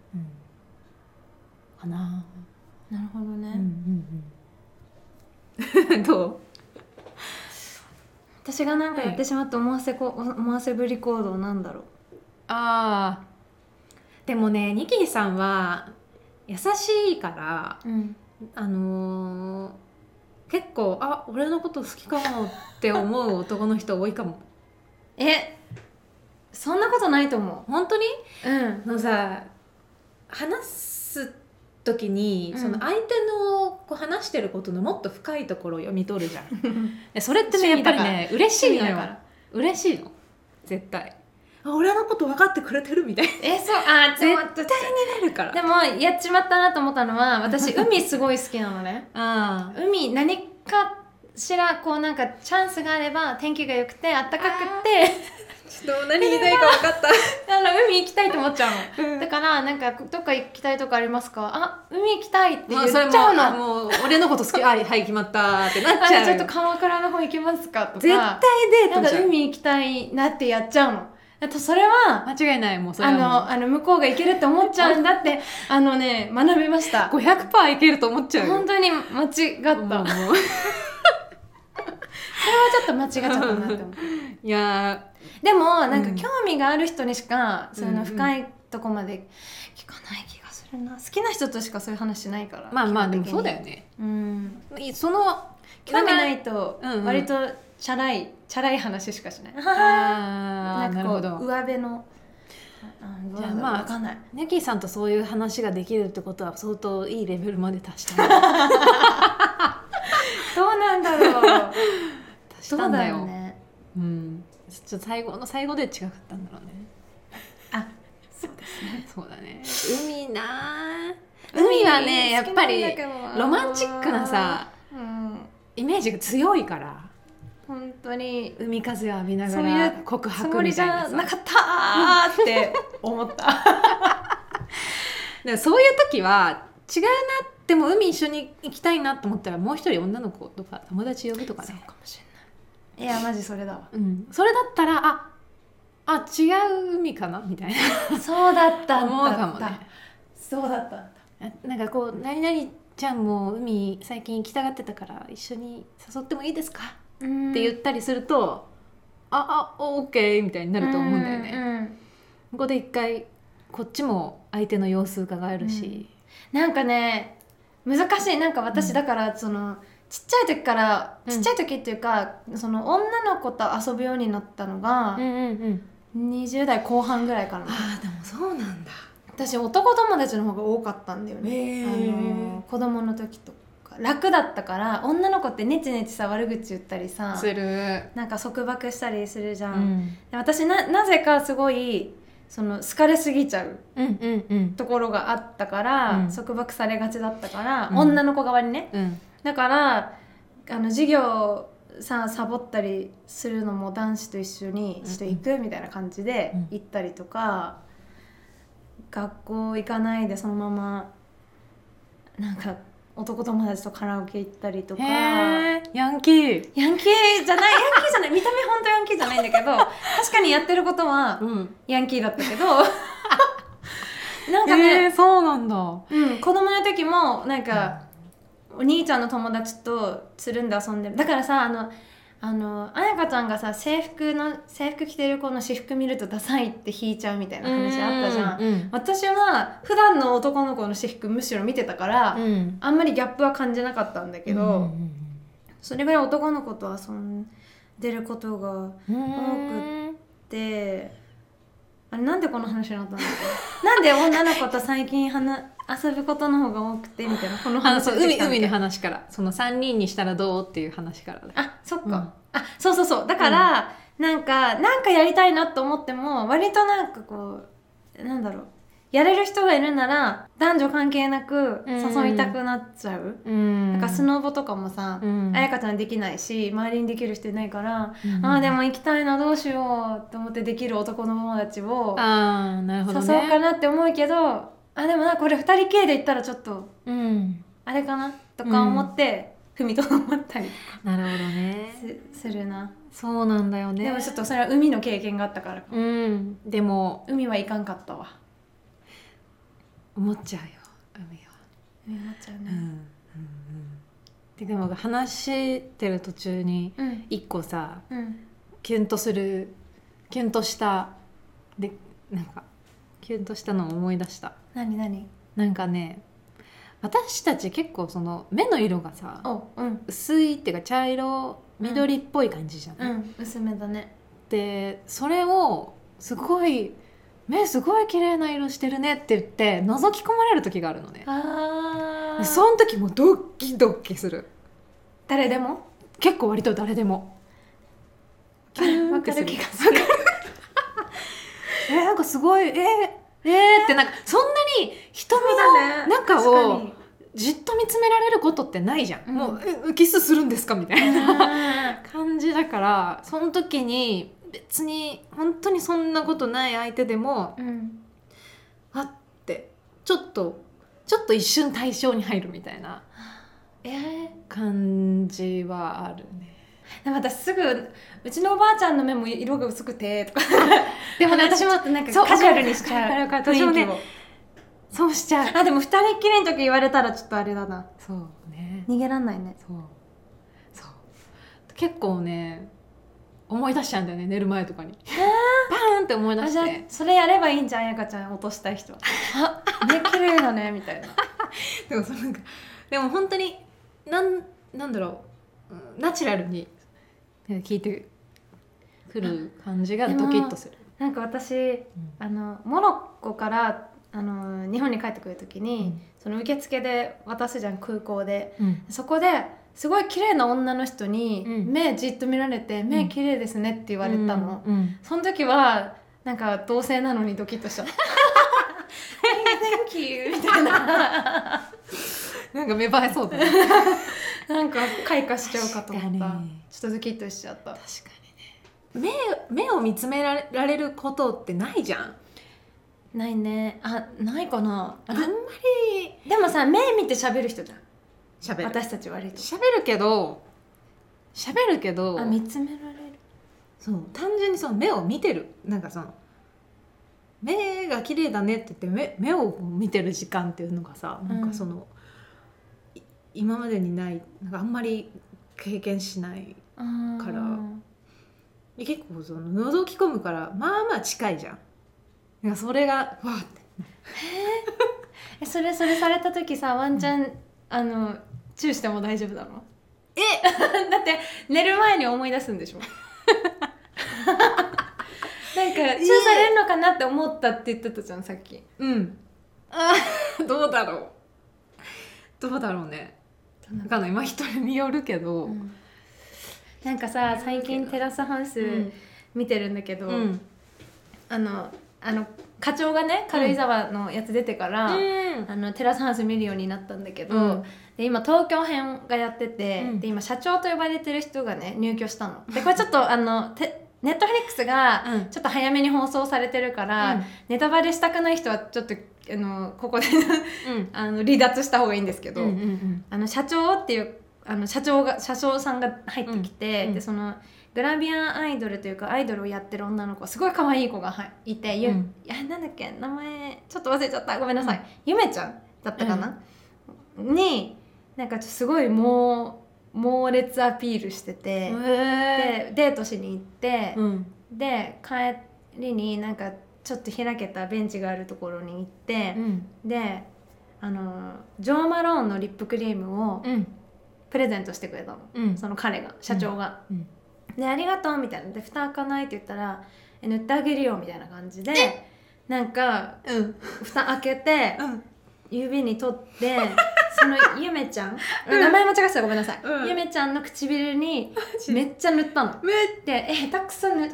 S1: かな、
S2: なるほどね、
S1: どう
S2: 私がなんかやっ
S1: は
S2: てしまった思わせこ、思わせぶり行動なんだろう
S1: あーでもねニキーさんは優しいから
S2: うん
S1: あのー結構あ俺のこと好きかもって思う男の人多いか も
S2: えそんなことないと思
S1: 本当に
S2: ううん
S1: あのさ話す時に、
S2: うん
S1: その相手のこう話してることのもっと深いところを読み取るじゃん えそれってねやっ
S2: 趣味
S1: ぱ
S2: だから
S1: りね嬉しいの
S2: 趣味だ
S1: よ
S2: から
S1: 嬉しいの絶対あ俺のこと分かってくれてるみたいに
S2: えそうあーでも
S1: 絶なるか ら
S2: でもやっちまったなと思ったのは私海すごい好きなのね
S1: あー
S2: 海何かしらこうなんかチャンスがあれば天気が良くてあったかくて
S1: ちょっと何言いたいか分かっ
S2: あの海行きたいと思っちゃうの
S1: た、うん
S2: だからなんかどっか行きたいとこありますかあ海行きたいって言 っ
S1: まあ
S2: ち
S1: それも
S2: ゃうの、
S1: あもう俺のこと 好きはいはい決まったってなっち
S2: あ
S1: ゃう
S2: ちょっと鎌倉の方行きますかとか
S1: 絶対デ
S2: な
S1: ー
S2: ん
S1: ト
S2: か
S1: じゃん
S2: 海行きたいなってやっちゃうのあとそれは
S1: 間違いないもうそれ
S2: あ
S1: はもう
S2: のあの向こうが行けるって思っちゃうんだってあのね学びました
S1: 500%いけると思っちゃうよ
S2: 本当に間違った、
S1: もう
S2: それは
S1: もう
S2: ちょっと間違っちゃったなって思う
S1: いや
S2: でもなん
S1: う
S2: か
S1: ん
S2: 興味がある人にしか、そういう
S1: うんう
S2: の
S1: ん
S2: 深いとこまで聞かない気がするな好きな人としかそういう話しないから
S1: ーまあまあでも
S2: 基本
S1: そ
S2: 的
S1: うだ
S2: に
S1: よね
S2: うん
S1: その
S2: 興味ないと
S1: うんうん
S2: 割とチャラいチャラい話しかしない、
S1: あー
S2: な
S1: なんる
S2: かこう
S1: ほど
S2: 上辺のあ
S1: じゃあ
S2: ま
S1: ま
S2: あ
S1: あ
S2: わかんない
S1: ネキーさんとそういう話ができるってことは相当いいレベルまで達したん だ
S2: どうなんだろう
S1: 達し
S2: ど
S1: た
S2: うん
S1: だ
S2: だ
S1: よ
S2: ろうね
S1: うんちょっと最後の最後で違かったんだろうね
S2: あ
S1: そうですね そうだね海なあ海はねやっぱりロマンチックなさ
S2: うん
S1: イメージが強いから
S2: 本当に
S1: 海風を浴びなが
S2: そうい
S1: ら
S2: う
S1: 告
S2: つ
S1: 白
S2: もり
S1: み
S2: じ
S1: たい
S2: ゃ
S1: な
S2: な
S1: さ
S2: かったーって思った
S1: でそういう時は違うなでも海一緒に行きたいなと思ったらもう一人女の子とか友達呼ぶとかね
S2: かもしれないいやマジそれだわ
S1: うん、それだったらああ違う海かなみたい
S2: そうだった
S1: なん
S2: だ
S1: 思うかもね
S2: そうだったんだ
S1: あなんかこう「何々ちゃんも海最近行きたがってたから一緒に誘ってもいいですか?」
S2: っ
S1: って言
S2: う
S1: ったりすると「ああオッケー」みたいになると思うんだよね。
S2: ね
S1: ここで一回こっちも相手の様子伺えるし、
S2: なんかね難しいなんか
S1: う
S2: 私
S1: ん
S2: だからその、ちっちゃい時から
S1: うん
S2: ちっちゃい時っていうか、その女の子と遊ぶようになったのが、20代後半ぐらいかな
S1: ああでもそうなんだ。
S2: 私男友達の方が多かったんだよね、
S1: へえ
S2: あの子供の時とか楽だったから女の子ってネチネチさ悪口言ったりさ
S1: る、
S2: なんか束縛したりするじゃ、
S1: うんん、
S2: で私ななぜかすごいその好かれすぎちゃう
S1: うんうんうん
S2: ところがあったから、
S1: うん
S2: 束縛されがちだったから、
S1: うん
S2: 女の子側にね
S1: うん
S2: だからあの授業さサボったりするのも男子と一緒に
S1: うん
S2: ちょっと行くみたいな感じで
S1: うん
S2: 行ったりとか、学校行かないでそのままなんか男友達とカラオケ行ったりとかヤン
S1: へえヤンキー、
S2: キーじゃないヤンキーじゃない見た目本当ヤンキーじゃないんだけど確かにやってることは
S1: ん、
S2: ヤンキーだった けどなんか
S1: へ
S2: ね、
S1: えそうなんだ
S2: うん、子供の時もなんか。お兄ちゃんの友達とつるんで遊んでるだからさあのあの彩香ちゃんがさ制服の制服着てる子の私服見るとダサいって引いちゃうみたいな話あったじゃん
S1: うん
S2: 私は普段の男の子の私服むしろ見てたから、
S1: うん
S2: あんまりギャップは感じなかったんだけど、それぐらい男の子と遊んでることがあ
S1: うん
S2: 多 ってあれなんでこの話になったんだっけなんで女の子と最近はな遊ぶことの方が多くてみたいなこの
S1: あの
S2: 話
S1: そう
S2: 出てき
S1: 海
S2: たんだけ
S1: 海
S2: ど
S1: の話からその3人にしたらどうっていう話からだ
S2: あそっか、
S1: うん
S2: あそうそうそうだから、なんかなんかやりたいなと思っても割となんかこうなんだろうやれる人がいるなら男女関係なく
S1: うん
S2: 誘いたくなっちゃう、
S1: うん
S2: なんかスノボとかもさ、
S1: うん
S2: 彩香ちゃんできないし周りにできる人いないから、
S1: うん
S2: ああでも行きたいなどうしようと思ってできる男の友達を
S1: あーなるほ
S2: 誘
S1: ど
S2: おう
S1: ね
S2: かなって思うけどあでもなこれ2人系で行ったらちょっと
S1: うん
S2: あれかなとか思って、踏みとどまったり
S1: なるほどね
S2: すするな。
S1: そうなんだよね
S2: でもちょっとそれは海の経験があったからか
S1: うんでも
S2: 海はいかんかったわ
S1: 思っちゃうよ海は
S2: 海になっちゃう
S1: うんうん
S2: ね
S1: うんででも話してる途中に
S2: うん
S1: 一個さ
S2: うん
S1: キュンとするキュンとしたでなんかキュンとしたのを思い出した
S2: 何何
S1: なんかね私たち結構その目の色がさ
S2: おうん
S1: 薄いっていうか茶色緑っぽい感じじゃ
S2: う
S1: ない、
S2: ん薄めだね
S1: でそれをすごい目すごい綺麗な色してるねって言って覗き込まれる時があるのね
S2: あ
S1: その時もドキドキする
S2: 誰でも
S1: 結構割と誰でもキュン
S2: わ
S1: って
S2: か
S1: す
S2: る
S1: る
S2: 気がする
S1: えーなんかすごいえー、えーってなんかそんなに瞳の中を
S2: 確
S1: じっと見つめられることってないじゃん、
S2: うん
S1: もうえキスするんですかみたいな
S2: か
S1: 感じだからその時に別に本当にそんなことない相手でも
S2: にうん
S1: あってちょっとちょっと一瞬対象に入るみたいな
S2: えー
S1: 感じはあるね
S2: でも私すぐうちのおばあちゃんの目も色が薄くてとか
S1: でもね
S2: 私
S1: 私
S2: も
S1: も
S2: なんか
S1: そう
S2: カジュアルにしち
S1: わかる
S2: ゃう
S1: わかる
S2: 雰囲気を
S1: 私もそうしちゃう
S2: あでも二人きりの時言われたらちょっとあれだな
S1: そうね
S2: 逃げらんないね
S1: そうそう結構ね思い出しちゃうんだよね寝る前とかにパーンって思い出
S2: あ
S1: し
S2: じゃあ
S1: て
S2: それやればいいんじゃんやかちゃん落としたい人はあ ね綺麗だねみたいな
S1: でもそのなんかでも本当になんなんだろううんナチュラルになんか聞いてくる感じが
S2: でも
S1: ドキッとする。
S2: なんか私
S1: うん
S2: あのモロッコからあの日本に帰ってくる時に、その受付で渡すじゃん空港で
S1: うん
S2: そこですごい綺麗な女の人に、
S1: うん
S2: 目じっと見られて「目綺麗ですね」って言われたの、
S1: うんうん
S2: その時はなんか同性なのにドキッとした Thank you みたいな
S1: なんか芽生えそうだね。
S2: なんか開花しちゃうかと思っ
S1: 確
S2: た
S1: かに
S2: ちょっとドキッとしちゃった
S1: 確かにね目目を見つめられられることってないじゃん
S2: ないねあないかな
S1: あんまり
S2: でもさ目見て喋る人じゃん
S1: 喋る
S2: 私たち割と
S1: 喋るけど喋るけど
S2: あ見つめられる
S1: そう単純にその目を見てるなんかその目が綺麗だねって言って目目を見てる時間っていうのがさなんかその、い今までにないなんかあんまり経験しないからで結構その覗き込むからまあまあ近いじゃん。なんかそれがわあって
S2: えそれそれされた時さワンちゃん、あのチューしても大丈夫だろえ だって寝る前に思い出すんでしょ なんかチューされるのかなって思ったって言ってたじゃんさっき
S1: うんあー どうだろうどうだろうね
S2: んな
S1: 分かんないまあ人によるけど、
S2: なんかさ最近テラスハウス
S1: うん
S2: 見てるんだけど、
S1: うん
S2: あのあの課長がね軽井沢のやつ出てから、あのテラスハウス見るようになったんだけど、
S1: うん
S2: で今東京編がやってて、
S1: うん
S2: で今社長と呼ばれてる人がね入居した の。でこれちょっとあのてネットフリックスが
S1: うん
S2: ちょっと早めに放送されてるから、
S1: うん
S2: ネタバレしたくない人はちょっとあのここで
S1: うん
S2: あの離脱した方がいいんですけど、
S1: うんうん
S2: あの社長っていうあの社長が社長さんが入ってきて、
S1: うんうん
S2: でそのグラビアアイドルというかアイドルをやってる女の子すごい可愛い子がはいて、ゆ
S1: うん
S2: いやなんだっけ名前ちょっと忘れちゃったごめんなさい、ゆめちゃんだったかな、になんかちょっとすごいもう猛烈アピールしてて、
S1: え
S2: でデートしに行って、
S1: うん
S2: で帰りになんかちょっと開けたベンチがあるところに行って、であのジョー・マローンのリップクリームを
S1: うん
S2: プレゼントしてくれたの、
S1: うん
S2: その彼が社長が、
S1: うん
S2: で「ありがとう」みたいなで「蓋開かない」って言ったら「え塗ってあげるよ」みたいな感じでなんか
S1: うん
S2: 蓋開けて指に取って そのゆめちゃん、
S1: うん
S2: 名前間違ってたらごめんなさい、
S1: うん
S2: ゆめちゃんの唇にめ
S1: め
S2: っちゃ塗ったの。
S1: めっ
S2: でえ下手くそ塗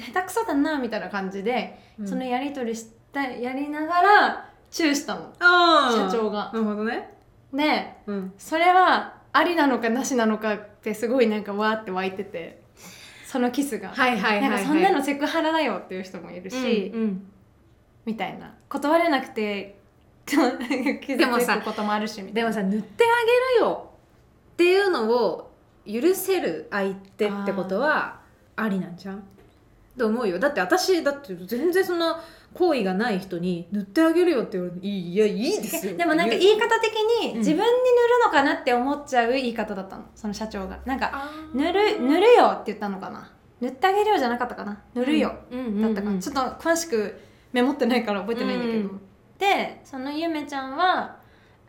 S2: 下手くそだなみたいな感じで、そのやり取りしたやりながらチューしたの社
S1: 社
S2: 長が。
S1: なるほどね
S2: で
S1: うん
S2: それはありなのかなしなのかってすごいなんかわーって湧いててそのキスが。
S1: はいはいはい
S2: なん
S1: は
S2: か
S1: い
S2: そんなのセクハラだよっていう人もいるし、
S1: うんうん
S2: みたいな断れなくて 傷
S1: も
S2: つ
S1: さ
S2: くこともあるしみた
S1: で
S2: いな
S1: もさ塗ってあげるよっていうのを許せる相手ってことはありなんじゃんと思うよだって私だって全然そんな好意がない人に塗ってあげるよって言われていいいやいいですよ
S2: でもなんか
S1: い
S2: 言い方的に
S1: うん
S2: 自分に塗るのかなって思っちゃう言い方だったのその社長がなんか塗る塗
S1: る
S2: るよって言ったのかな塗ってあげるよじゃなかったかな塗るよ、だったかな、ちょ
S1: っ
S2: っと詳しくメモってないから覚えてないんだけど、
S1: うんうん
S2: でそのゆめちゃんは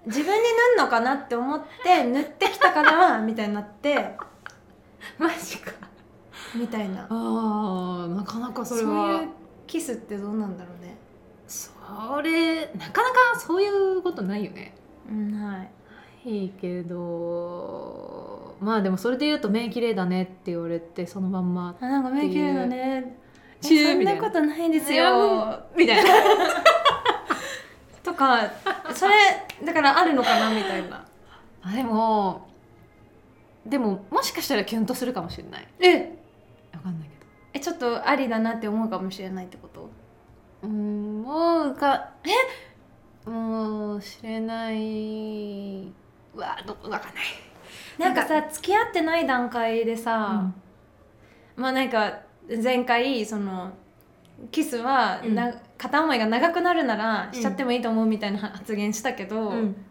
S2: 自分に塗るのかなって思 って塗ってきたからはみたいになって
S1: とマジか
S2: みたいな
S1: あーなかなかそ
S2: そう
S1: れは
S2: いうキスってどうなんだろうね
S1: それなかなかそういうことないよね
S2: うんはい
S1: いいけどまあでもそれで言うと「目綺麗だね」って言われてそのまんま
S2: あなんか目綺麗だねえ
S1: チュー
S2: そん
S1: みた
S2: ない
S1: な
S2: ことないです
S1: いや
S2: よ
S1: みたいな
S2: とかそれだからあるのかなみたいな
S1: あでもでももしかしたらキュンとするかもしれない
S2: え
S1: わかんないけど
S2: えちょっとありだなって思うかもしれないってこと
S1: うーんもうかえもう知れないうわどわかんない
S2: なんかさ付き合ってない段階でさ、まあなんか前回そのキスはな、
S1: う
S2: 片思いが長くなるなら
S1: ん
S2: しちゃってもいいと思うみたいな発言したけど、
S1: うん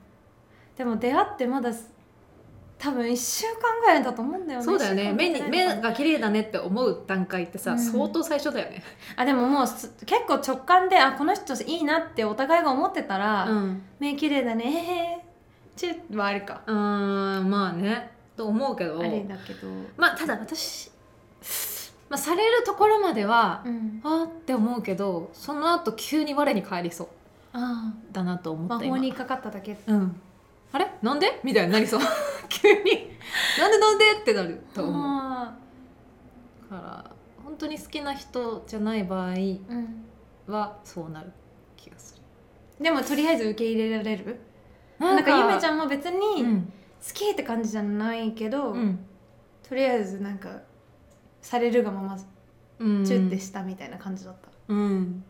S2: でも出会ってまだ多分1週間ぐらいだと思うんだよね
S1: そうだよね
S2: 一週間
S1: 目
S2: ぐ
S1: に
S2: らい
S1: 目
S2: だと思う
S1: が綺麗だねって思う段階ってさ、
S2: うん
S1: 相当最初だよね、
S2: あでももうす結構直感であこの人いいなってお互いが思ってたら、
S1: うん
S2: 目綺麗だねえへへチュッはあれか
S1: あーまあねと思うけど
S2: あれだけど
S1: まあただ私、まあ、されるところまでは、
S2: うん
S1: あーって思うけどその後急に我に返りそう
S2: あ
S1: だなと思
S2: あ
S1: っ
S2: 魔
S1: た
S2: 法
S1: 今
S2: にかかっただけ
S1: うんあれなんでみたいになりそう 急になんでなんでってなると思う
S2: あ
S1: だから本当に好きな人じゃない場合
S2: ーうん
S1: はそうなる気がする
S2: でもとりあえず受け入れられる
S1: な
S2: なんかゆめち
S1: ん
S2: ゃんも別に
S1: う
S2: 好
S1: ん、
S2: きって感じじゃないけど、
S1: うん
S2: とりあえずなんかされるがまま
S1: うん、
S2: チュッてしたみたいな感じだった、
S1: うん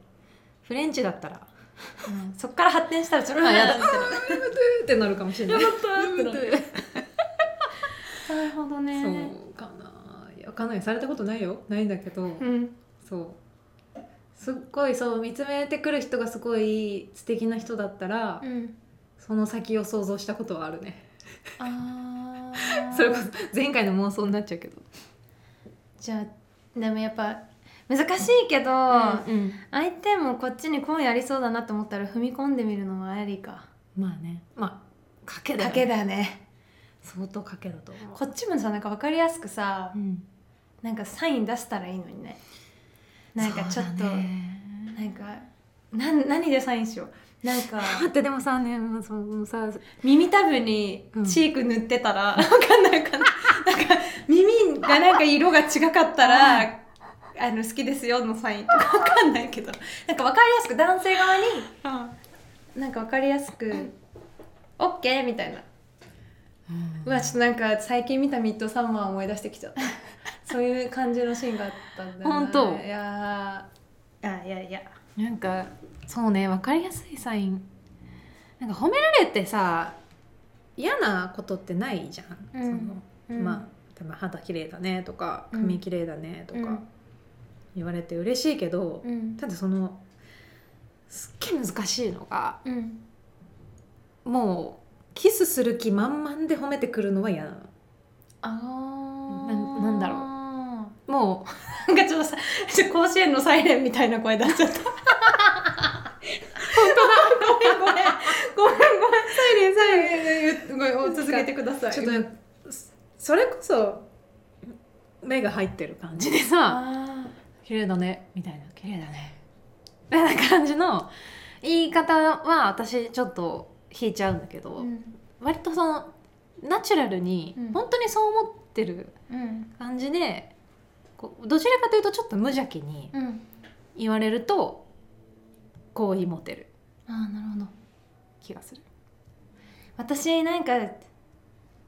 S1: フレンチだったら
S2: うんそっから発展したらちょっと
S1: あ
S2: 嫌
S1: や
S2: だ
S1: だ
S2: みたいな
S1: ってなるかもしれない
S2: なるほどね
S1: そうかないやわかんないされたことないよないんだけど、
S2: うん
S1: そうすっごいそう見つめてくる人がすごい素敵な人だったら、
S2: うん
S1: その先を想像したことはあるね
S2: あ あ
S1: それこそ前回の妄想になっちゃうけど
S2: じゃあでもやっぱ難しいけど、
S1: うん
S2: 相手もこっちに好意ありそうだなと思ったら踏み込んでみるのはありか
S1: まあねまあ賭けだよ
S2: 賭
S1: ね
S2: けだね
S1: 相当賭けだと思う
S2: こっちもさなんか分かりやすくさ
S1: うん
S2: なんかサイン出したらいいのにねなんかちょっと、
S1: そうだね
S2: なんかなん何でサインしようなん か
S1: 待ってでもさねもうそのさ
S2: 耳たぶに
S1: うん
S2: チーク塗ってたら、わかんないかななんか耳がなんか色が違かったらあの好きですよのサインとかわかんないけどなんか分かりやすく男性側になんか分かりやすく OK みたいなうわちょっとなんか最近見たミッドサマー思い出してきち ゃったそういう感じのシーンがあったんだよな
S1: 本当
S2: いやーあいやいや
S1: なんかそうね分かりやすいサインなんか褒められてさ嫌なことってないじゃん、
S2: うん
S1: そのまあ例えば肌綺麗だねとか
S2: うん
S1: 髪綺麗だねとか言われて嬉しいけど、
S2: うん
S1: ただそのすっげえ難しいのが
S2: うん
S1: もうキスする気満々で褒めてくるのは嫌なの
S2: あ
S1: なんなんだろう
S2: う
S1: も
S2: なんかちょっとさちょ甲子園のサイレンみたいな声出しちゃった本当だごめんごめんごめんごめんサイレンサイレンごめん続けてくださ
S1: う
S2: い
S1: ちょっとねそそれこそ目が入ってる感じでさ
S2: あ
S1: 綺麗だねみたいな綺麗だねみたいな感じの言い方は私ちょっと引いちゃうんだけど、
S2: うん
S1: 割とそのナチュラルに、
S2: うん
S1: 本当にそう思ってる
S2: うん
S1: 感じでこうどちらかというとちょっと無邪気に
S2: うん
S1: 言われると好意持てる
S2: ああなるほど
S1: 気がする。
S2: 私なんか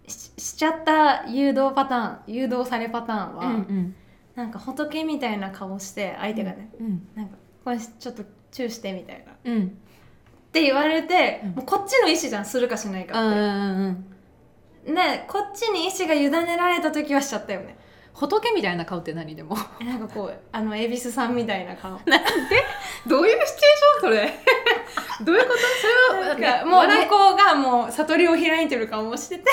S2: ししちゃった誘導パターン誘導されパターンは、
S1: ん
S2: なんか仏みたいな顔して相手がね、
S1: うん
S2: なんかこれちょっとチューしてみたいなっ
S1: うん
S2: て言われて、
S1: うん
S2: もうこっちの意思じゃんするかしない
S1: うんう
S2: かっ
S1: んうん
S2: て、ねこっちに意思が委ねられた時はしちゃったよね
S1: 仏みたいな顔って何でも
S2: えなんかこうあの恵比寿さんみたいな顔
S1: どういうシチュエーションそれ どういうことそれ
S2: な
S1: は
S2: ん
S1: な
S2: か
S1: んか
S2: もう
S1: 笑い
S2: 向こうがもう悟りを開いてる顔をしてて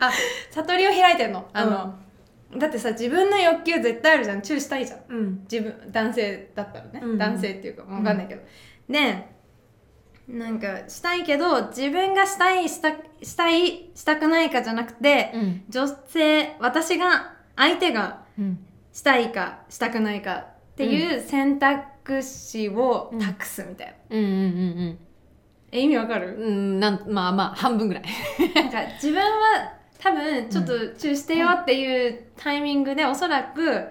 S1: あ
S2: 悟りを開いてるのあの、だってさ自分の欲求絶対あるじゃんチューしたいじゃん
S1: うん
S2: 自分男性だったらね、
S1: うんうん
S2: 男性っていうか分かんないけど、でなんかしたいけど自分がしたいしたしたいしたくないかじゃなくて、
S1: うん
S2: 女性私が相手が
S1: うん
S2: したいかしたくないかっていう選択肢を
S1: うん
S2: 託すみたいな、
S1: うんうん
S2: え意味わかる
S1: うんうんなんまあまあ半分ぐらい
S2: なんか自分は多分ちょっとチューしてよっていうタイミングでおそらく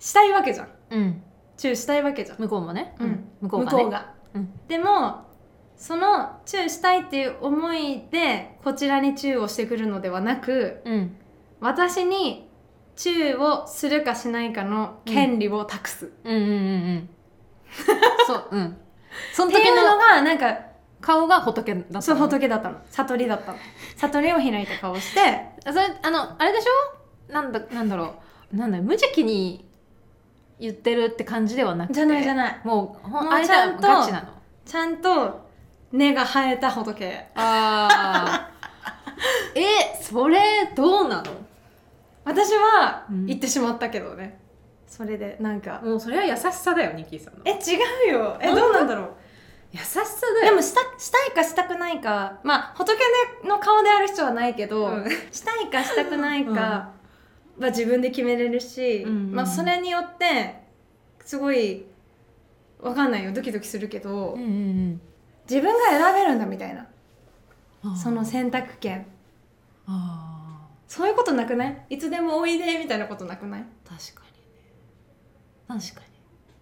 S2: したいわけじゃん
S1: うん
S2: チューしたいわけじゃん
S1: 向こうもね、
S2: うん
S1: 向こう
S2: 向
S1: が
S2: こ
S1: ね
S2: うが、
S1: うん
S2: でもそのチューしたいっていう思いでこちらにチューをしてくるのではなく
S1: うん
S2: 私にチューをするかしないかの権利を託す、っ
S1: うんうんうんうん そううんその
S2: てい
S1: 時
S2: うの
S1: の
S2: がなんか
S1: 顔が仏だったの
S2: そう仏だったの悟りだったの悟りを開いた顔して
S1: それあのあれでしょなんだなんだろうなんだ無邪気に言ってるって感じではなくて
S2: じゃないじゃない
S1: もうほん
S2: もう
S1: 相手
S2: ちゃんと
S1: はガチなの
S2: ちゃんと根が生えた仏
S1: あー えそれどうなの
S2: 私は
S1: うん
S2: 行ってしまったけどね、それでなんか、
S1: もうそれは優しさだよニッキーさんの
S2: え違うよえ
S1: 本当
S2: どうなんだろう
S1: 優しさだ
S2: で
S1: よ
S2: もしたしたいかしたくないかまあ仏の顔である必要はないけど、
S1: うん
S2: したいかしたくないかは自分で決めれるし、
S1: うんうん
S2: まあ、それによってすごいわかんないよドキドキするけど、
S1: うんうん
S2: 自分が選べるんだみたいな
S1: うん
S2: その選択権
S1: あ
S2: そういうことなくないいつでもおいでみたいなことなくない
S1: ー確かにね確か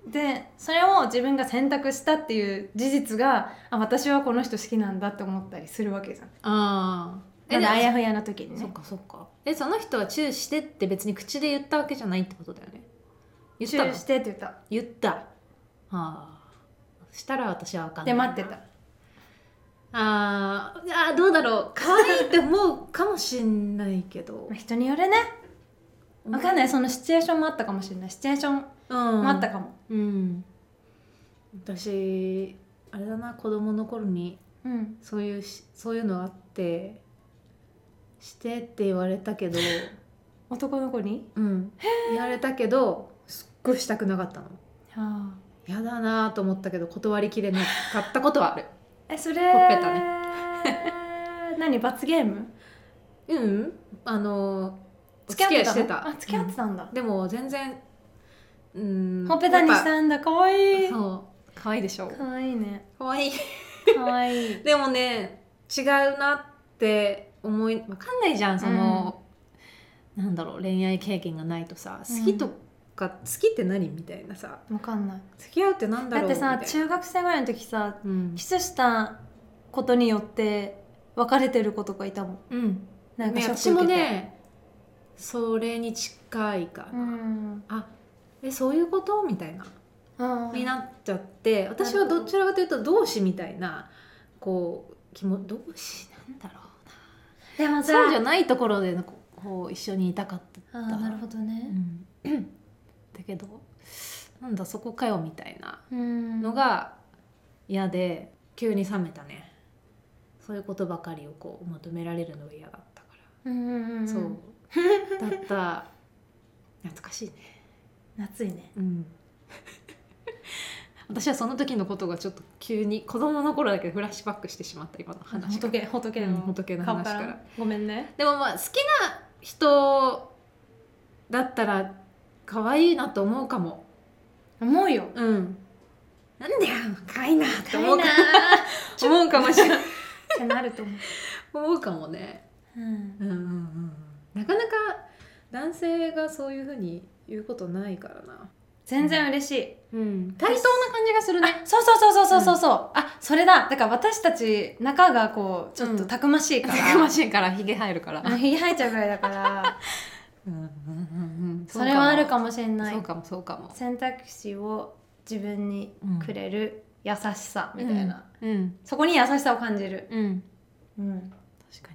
S1: に
S2: でそれを自分が選択したっていう事実があ私はこの人好きなんだって思ったりするわけじゃん
S1: ああ
S2: まだあやふやな時に
S1: そっ
S2: ね
S1: かそっかえその人はチューしてって別に口で言ったわけじゃないってことだよね言っ
S2: チ
S1: た
S2: ュ
S1: の
S2: ーしてって言った
S1: 言ったはあしたら私は分かんな
S2: で
S1: い
S2: 待ってた
S1: あーあーどうだろう可愛いって思うかもしんないけ ど
S2: まあ人によるね分かんないいそのシチュエーションもあったかもしれないシチュエーションも
S1: うん
S2: あったかも
S1: うん私あれだな子供の頃に
S2: うん
S1: そういうしそういうのあってしてって言われた けど
S2: 男の子に
S1: うん言われたけどすっごいしたくなかったの
S2: あ
S1: やだなと思ったけど断りきれなかったことはある
S2: えそれ
S1: ほっぺた
S2: ね 何罰ゲーム
S1: うんあの
S2: 付き合ってたの
S1: お付き合いしてた
S2: あ付き合ってたんだ、
S1: でも全然うん
S2: ほっぺたにし
S1: やった
S2: んだかわい
S1: ぱ
S2: いか
S1: そう可愛いでしょ
S2: わいいね
S1: 可愛い
S2: かわいい
S1: でもね違うなって思いわかんないじゃんその、なんだろう恋愛経験がないとさ
S2: うん
S1: 好きとか、好きって何みたいなさ
S2: 分かんない
S1: 付き合うってなん だ
S2: だ
S1: ろ
S2: っ
S1: う
S2: てさ
S1: みたいな
S2: 中学生ぐらいの時さ
S1: うん
S2: キスしたことによって別れてる子とかいたもん
S1: うん、
S2: なんか
S1: ね
S2: ショック
S1: 私
S2: 受
S1: も
S2: けて
S1: ねそれに近いかな、
S2: うん
S1: あえそういうことみたいな
S2: あー
S1: になっちゃって私はどちらかというと同志みたいなこう気も同志なんだろ
S2: でも
S1: う
S2: さ
S1: そうじゃないところでのこうこう一緒にいたかった、
S2: あーなるほど
S1: う
S2: ね
S1: んだけどなんだそこかよみたいな
S2: うん
S1: のが嫌で急に冷めたねそういうことばかりをこう求められるのが嫌だったか
S2: うんうんうんう
S1: ら、
S2: ん
S1: そう だった懐かしいね
S2: 夏いね
S1: うん 私はその時のことがちょっと急に子供の頃だけどフラッシュバックしてしまった今の話が
S2: 仏仏の,、
S1: うん仏の話から
S2: ごめんね
S1: でもまあ好きな人だったら可愛いなと思うかも
S2: 思うよ
S1: うんなんだよ可愛いなって思うか
S2: な
S1: 思うかもしれない
S2: ちってなると思う、
S1: 思うかもね
S2: うん
S1: うんうんうんうんなかなか男性がそういうふうに言うことないからな
S2: 全然嬉しい、
S1: うん対等な感じがするね
S2: あそうそうそうそうそうそうそう、あそれだだから私たち仲がこうちょっとたくましいから、
S1: たくましいからひげ生えるから
S2: もうひげ生えちゃうぐらいだから
S1: うんうんうんうん
S2: それはあるかもしれない
S1: そうかもそうかも
S2: 選択肢を自分にくれる優しさみたいな、
S1: うん
S2: そこに優しさを感じる、
S1: うん
S2: うん、
S1: 確か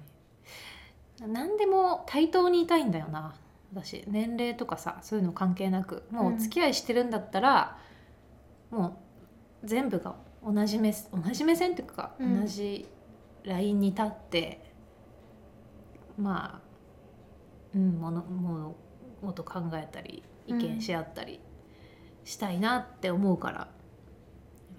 S1: に何でも対等にいたいんだよな私年齢とかさそういうの関係なくもうお付き合いしてるんだったら、もう全部が同じ目同じ目線っていうか、
S2: うん
S1: 同じラインに立ってまあうん物物事考えたり意見し合ったりしたいなって思うから、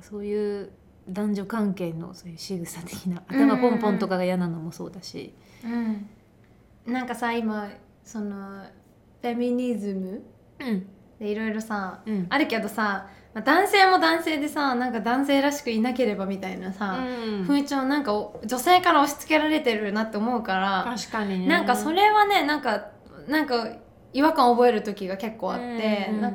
S1: そういう男女関係のそういう仕草的な頭ポンポンとかが嫌なのもそうだし、
S2: うん、なんかさ今そのフェミニズム
S1: うん
S2: でいろいろさ
S1: うん
S2: あるけどさまあ男性も男性でさなんか男性らしくいなければみたいなさ、
S1: 雰囲
S2: 風潮なんかお女性から押し付けられてるなって思うから、
S1: 確かにね
S2: なんかそれはねなんかなんか違和感覚える時が結構あって、
S1: うん
S2: な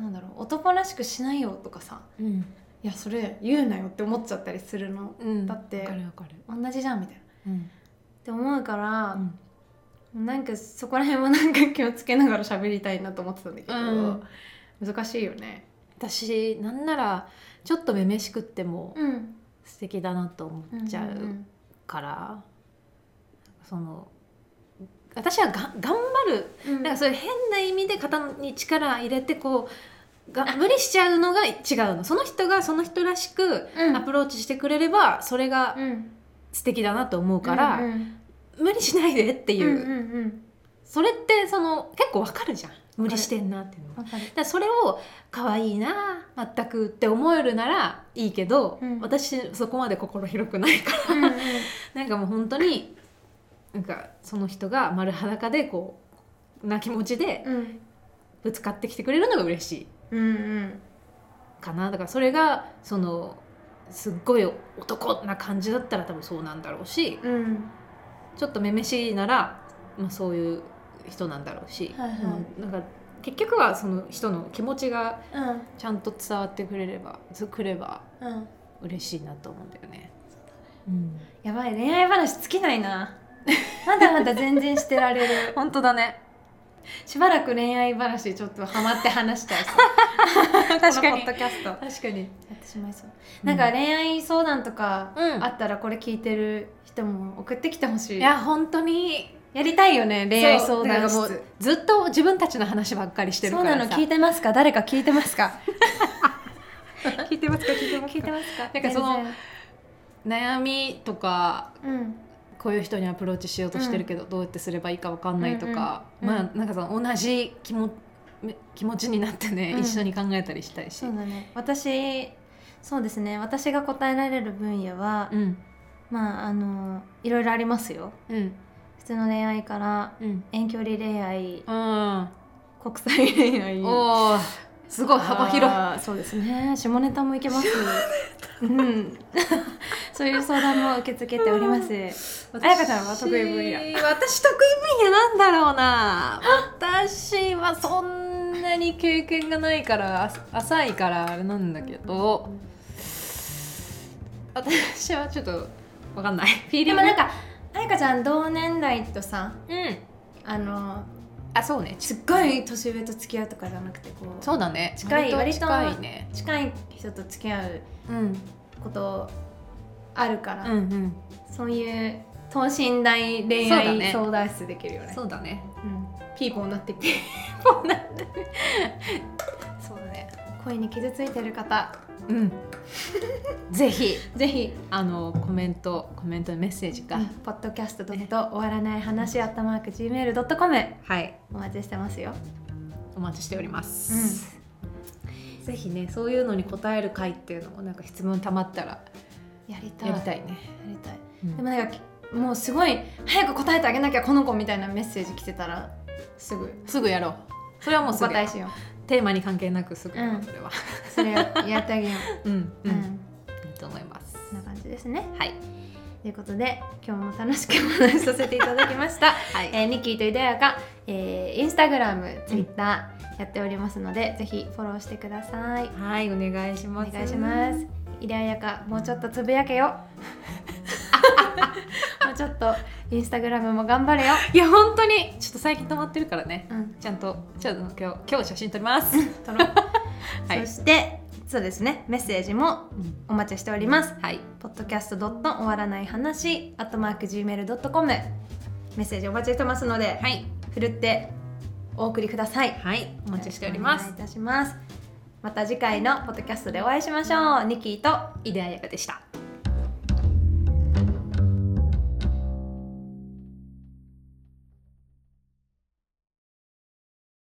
S2: なんだろう男らしくしないよとかさ
S1: うんうん
S2: いやそれ言うなよって思っちゃったりするの
S1: うん
S2: だって
S1: わかるわかる
S2: 同じじゃんみたいなっ
S1: うん
S2: て思うから、
S1: うん
S2: なんかそこら辺はなんか気をつけながら喋りたいなと思ってたんだけど、
S1: うん
S2: 難しいよね。
S1: 私なんならちょっとめめしくっても
S2: うん、
S1: 素敵だなと思っちゃ
S2: ん
S1: うんからその私はが頑張る
S2: うんうん
S1: なんかそういう変な意味で肩に力入れてこうが無理しちゃうのが違うのその人がその人らしく
S2: うん
S1: アプローチしてくれればそれが
S2: うん
S1: 素敵だなと思うから、
S2: うんうん
S1: 無理しないでっていう、
S2: うんうんうん
S1: それってその結構わかるじゃん無理してんなっていうのは。
S2: わかる
S1: だからそれを可愛いな全くって思えるならいいけど、
S2: うん
S1: 私そこまで心広くないから、
S2: うんうん
S1: なんかもう本当になんかその人が丸裸でこうな気持ちで
S2: うん
S1: ぶつかってきてくれるのが嬉しい
S2: うん
S1: かなだからそれがそのすっごい男な感じだったら多分そうなんだろうし
S2: うんうん
S1: ちょっとめめしいなら、まあ、そういう人なんだろうし、
S2: はいはい
S1: うんなんか結局はその人の気持ちが
S2: うん
S1: ちゃんと伝わってくれればつくれば
S2: うん
S1: 嬉しいなと思うんだよね。うん、
S2: やばい恋愛話尽きないなまだまだ全然してられ る
S1: 本当だね
S2: しばらく恋愛話ちょっとハマって話しちゃいそう
S1: 確か
S2: この
S1: に
S2: ポッドキャストや
S1: 確かに、
S2: ってしまいそう
S1: な
S2: なんん
S1: か
S2: か
S1: ね、
S2: 恋愛相談とか
S1: うん
S2: あったらこれ聞いてる人も送ってきてほしい
S1: いや本当に
S2: やりたいよね恋愛相談室
S1: そうだからもうずっと自分たちの話ばっかりしてる
S2: そ
S1: か
S2: う
S1: ら
S2: な
S1: さ
S2: の聞いてますか誰か聞いてます か
S1: 聞いてますか聞いてま
S2: 聞いてますか
S1: なんかその悩みとか
S2: うん
S1: こういう人にアプローチしようとしてるけど、どうやってすればいいかわかんないとか、
S2: うんうん
S1: まあなんかその同じ気も気持ちになってね、
S2: うん
S1: 一緒に考えたりしたいし
S2: そうだね私そうですね私が答えられる分野は、
S1: うん
S2: まああのいろいろありますよ
S1: うん
S2: 普通の恋愛から
S1: うん
S2: 遠距離恋愛
S1: うん
S2: 国際恋愛
S1: おーすごい幅広い
S2: あーそうですね下ネタもいけますうん そういう相談も受け付けております彩香ちゃんは得意分野
S1: 私得意分野なんだろうな私はそんなに経験がないからあ浅いからあれなんだけど私はちょっとわかんないフィーリ
S2: で
S1: ン
S2: も
S1: グ
S2: なんか彩香ちゃん同年代とさ
S1: うん
S2: あの
S1: あそうね
S2: すっごい年上と付き合うとかじゃなくてこう
S1: そうだね
S2: 近い
S1: 割と近
S2: 割
S1: い
S2: と
S1: ね
S2: 近い人と付き合う
S1: うん
S2: ことあるから、
S1: うんうん
S2: そういう等身大恋
S1: そうだ
S2: 愛
S1: ね
S2: 相談室できるよね
S1: そうだね
S2: うんピーポーになってくる
S1: そうだね
S2: 声に傷ついてる方
S1: うん ぜひ
S2: ぜひ
S1: あのコメントコメントメッセージか、
S2: ポッドキャストドット終わらない話アットマーク gmail.com
S1: はい
S2: お待ちしてますよ
S1: お待ちしております、ぜひねそういうのに答える回っていうのもなんか質問たまったら
S2: やりたい
S1: やりたい
S2: や
S1: ね、
S2: りたい
S1: うん
S2: でもなんかもうすごい早く答えてあげなきゃこの子みたいなメッセージ来てたらすぐ
S1: すぐやろうそれはも
S2: お
S1: うすぐ
S2: 答えしよ
S1: テーマに関係なくすぐやろ
S2: う
S1: うんそれは
S2: うそれやってあげよ
S1: うん
S2: う、
S1: うん、
S2: うん、
S1: いいと思います
S2: こんな感じですね
S1: はい
S2: ということで今日も楽しくお話しさせていただきま した、
S1: はい
S2: えー、ニッキーとイデアが、えー、インスタグラムツイッターやっておりますので、ぜひフォローしてください
S1: はい、お願いし
S2: お
S1: ます。
S2: 願いします。イデアヤカもうちょっとつぶやけよ もうちょっとインスタグラムも頑張れよ、
S1: いや、本当に、ちょっと最近止まってるからね。
S2: うん、
S1: ちゃんと、ちょっと今日、今日写真撮ります。
S2: 撮 ろう、
S1: はい
S2: そしてそうですねメッセージもお待ちしております
S1: はい、
S2: podcast. 終わらない話 at mark gmail.com メッセージお待ちしてますので、
S1: はい、
S2: ふるってお送りください
S1: はい、お待ちしておりま
S2: お願
S1: す
S2: いい。たしますまた次回のポッドキャストでお会いしましょうニキーと
S1: 井出彩香でした。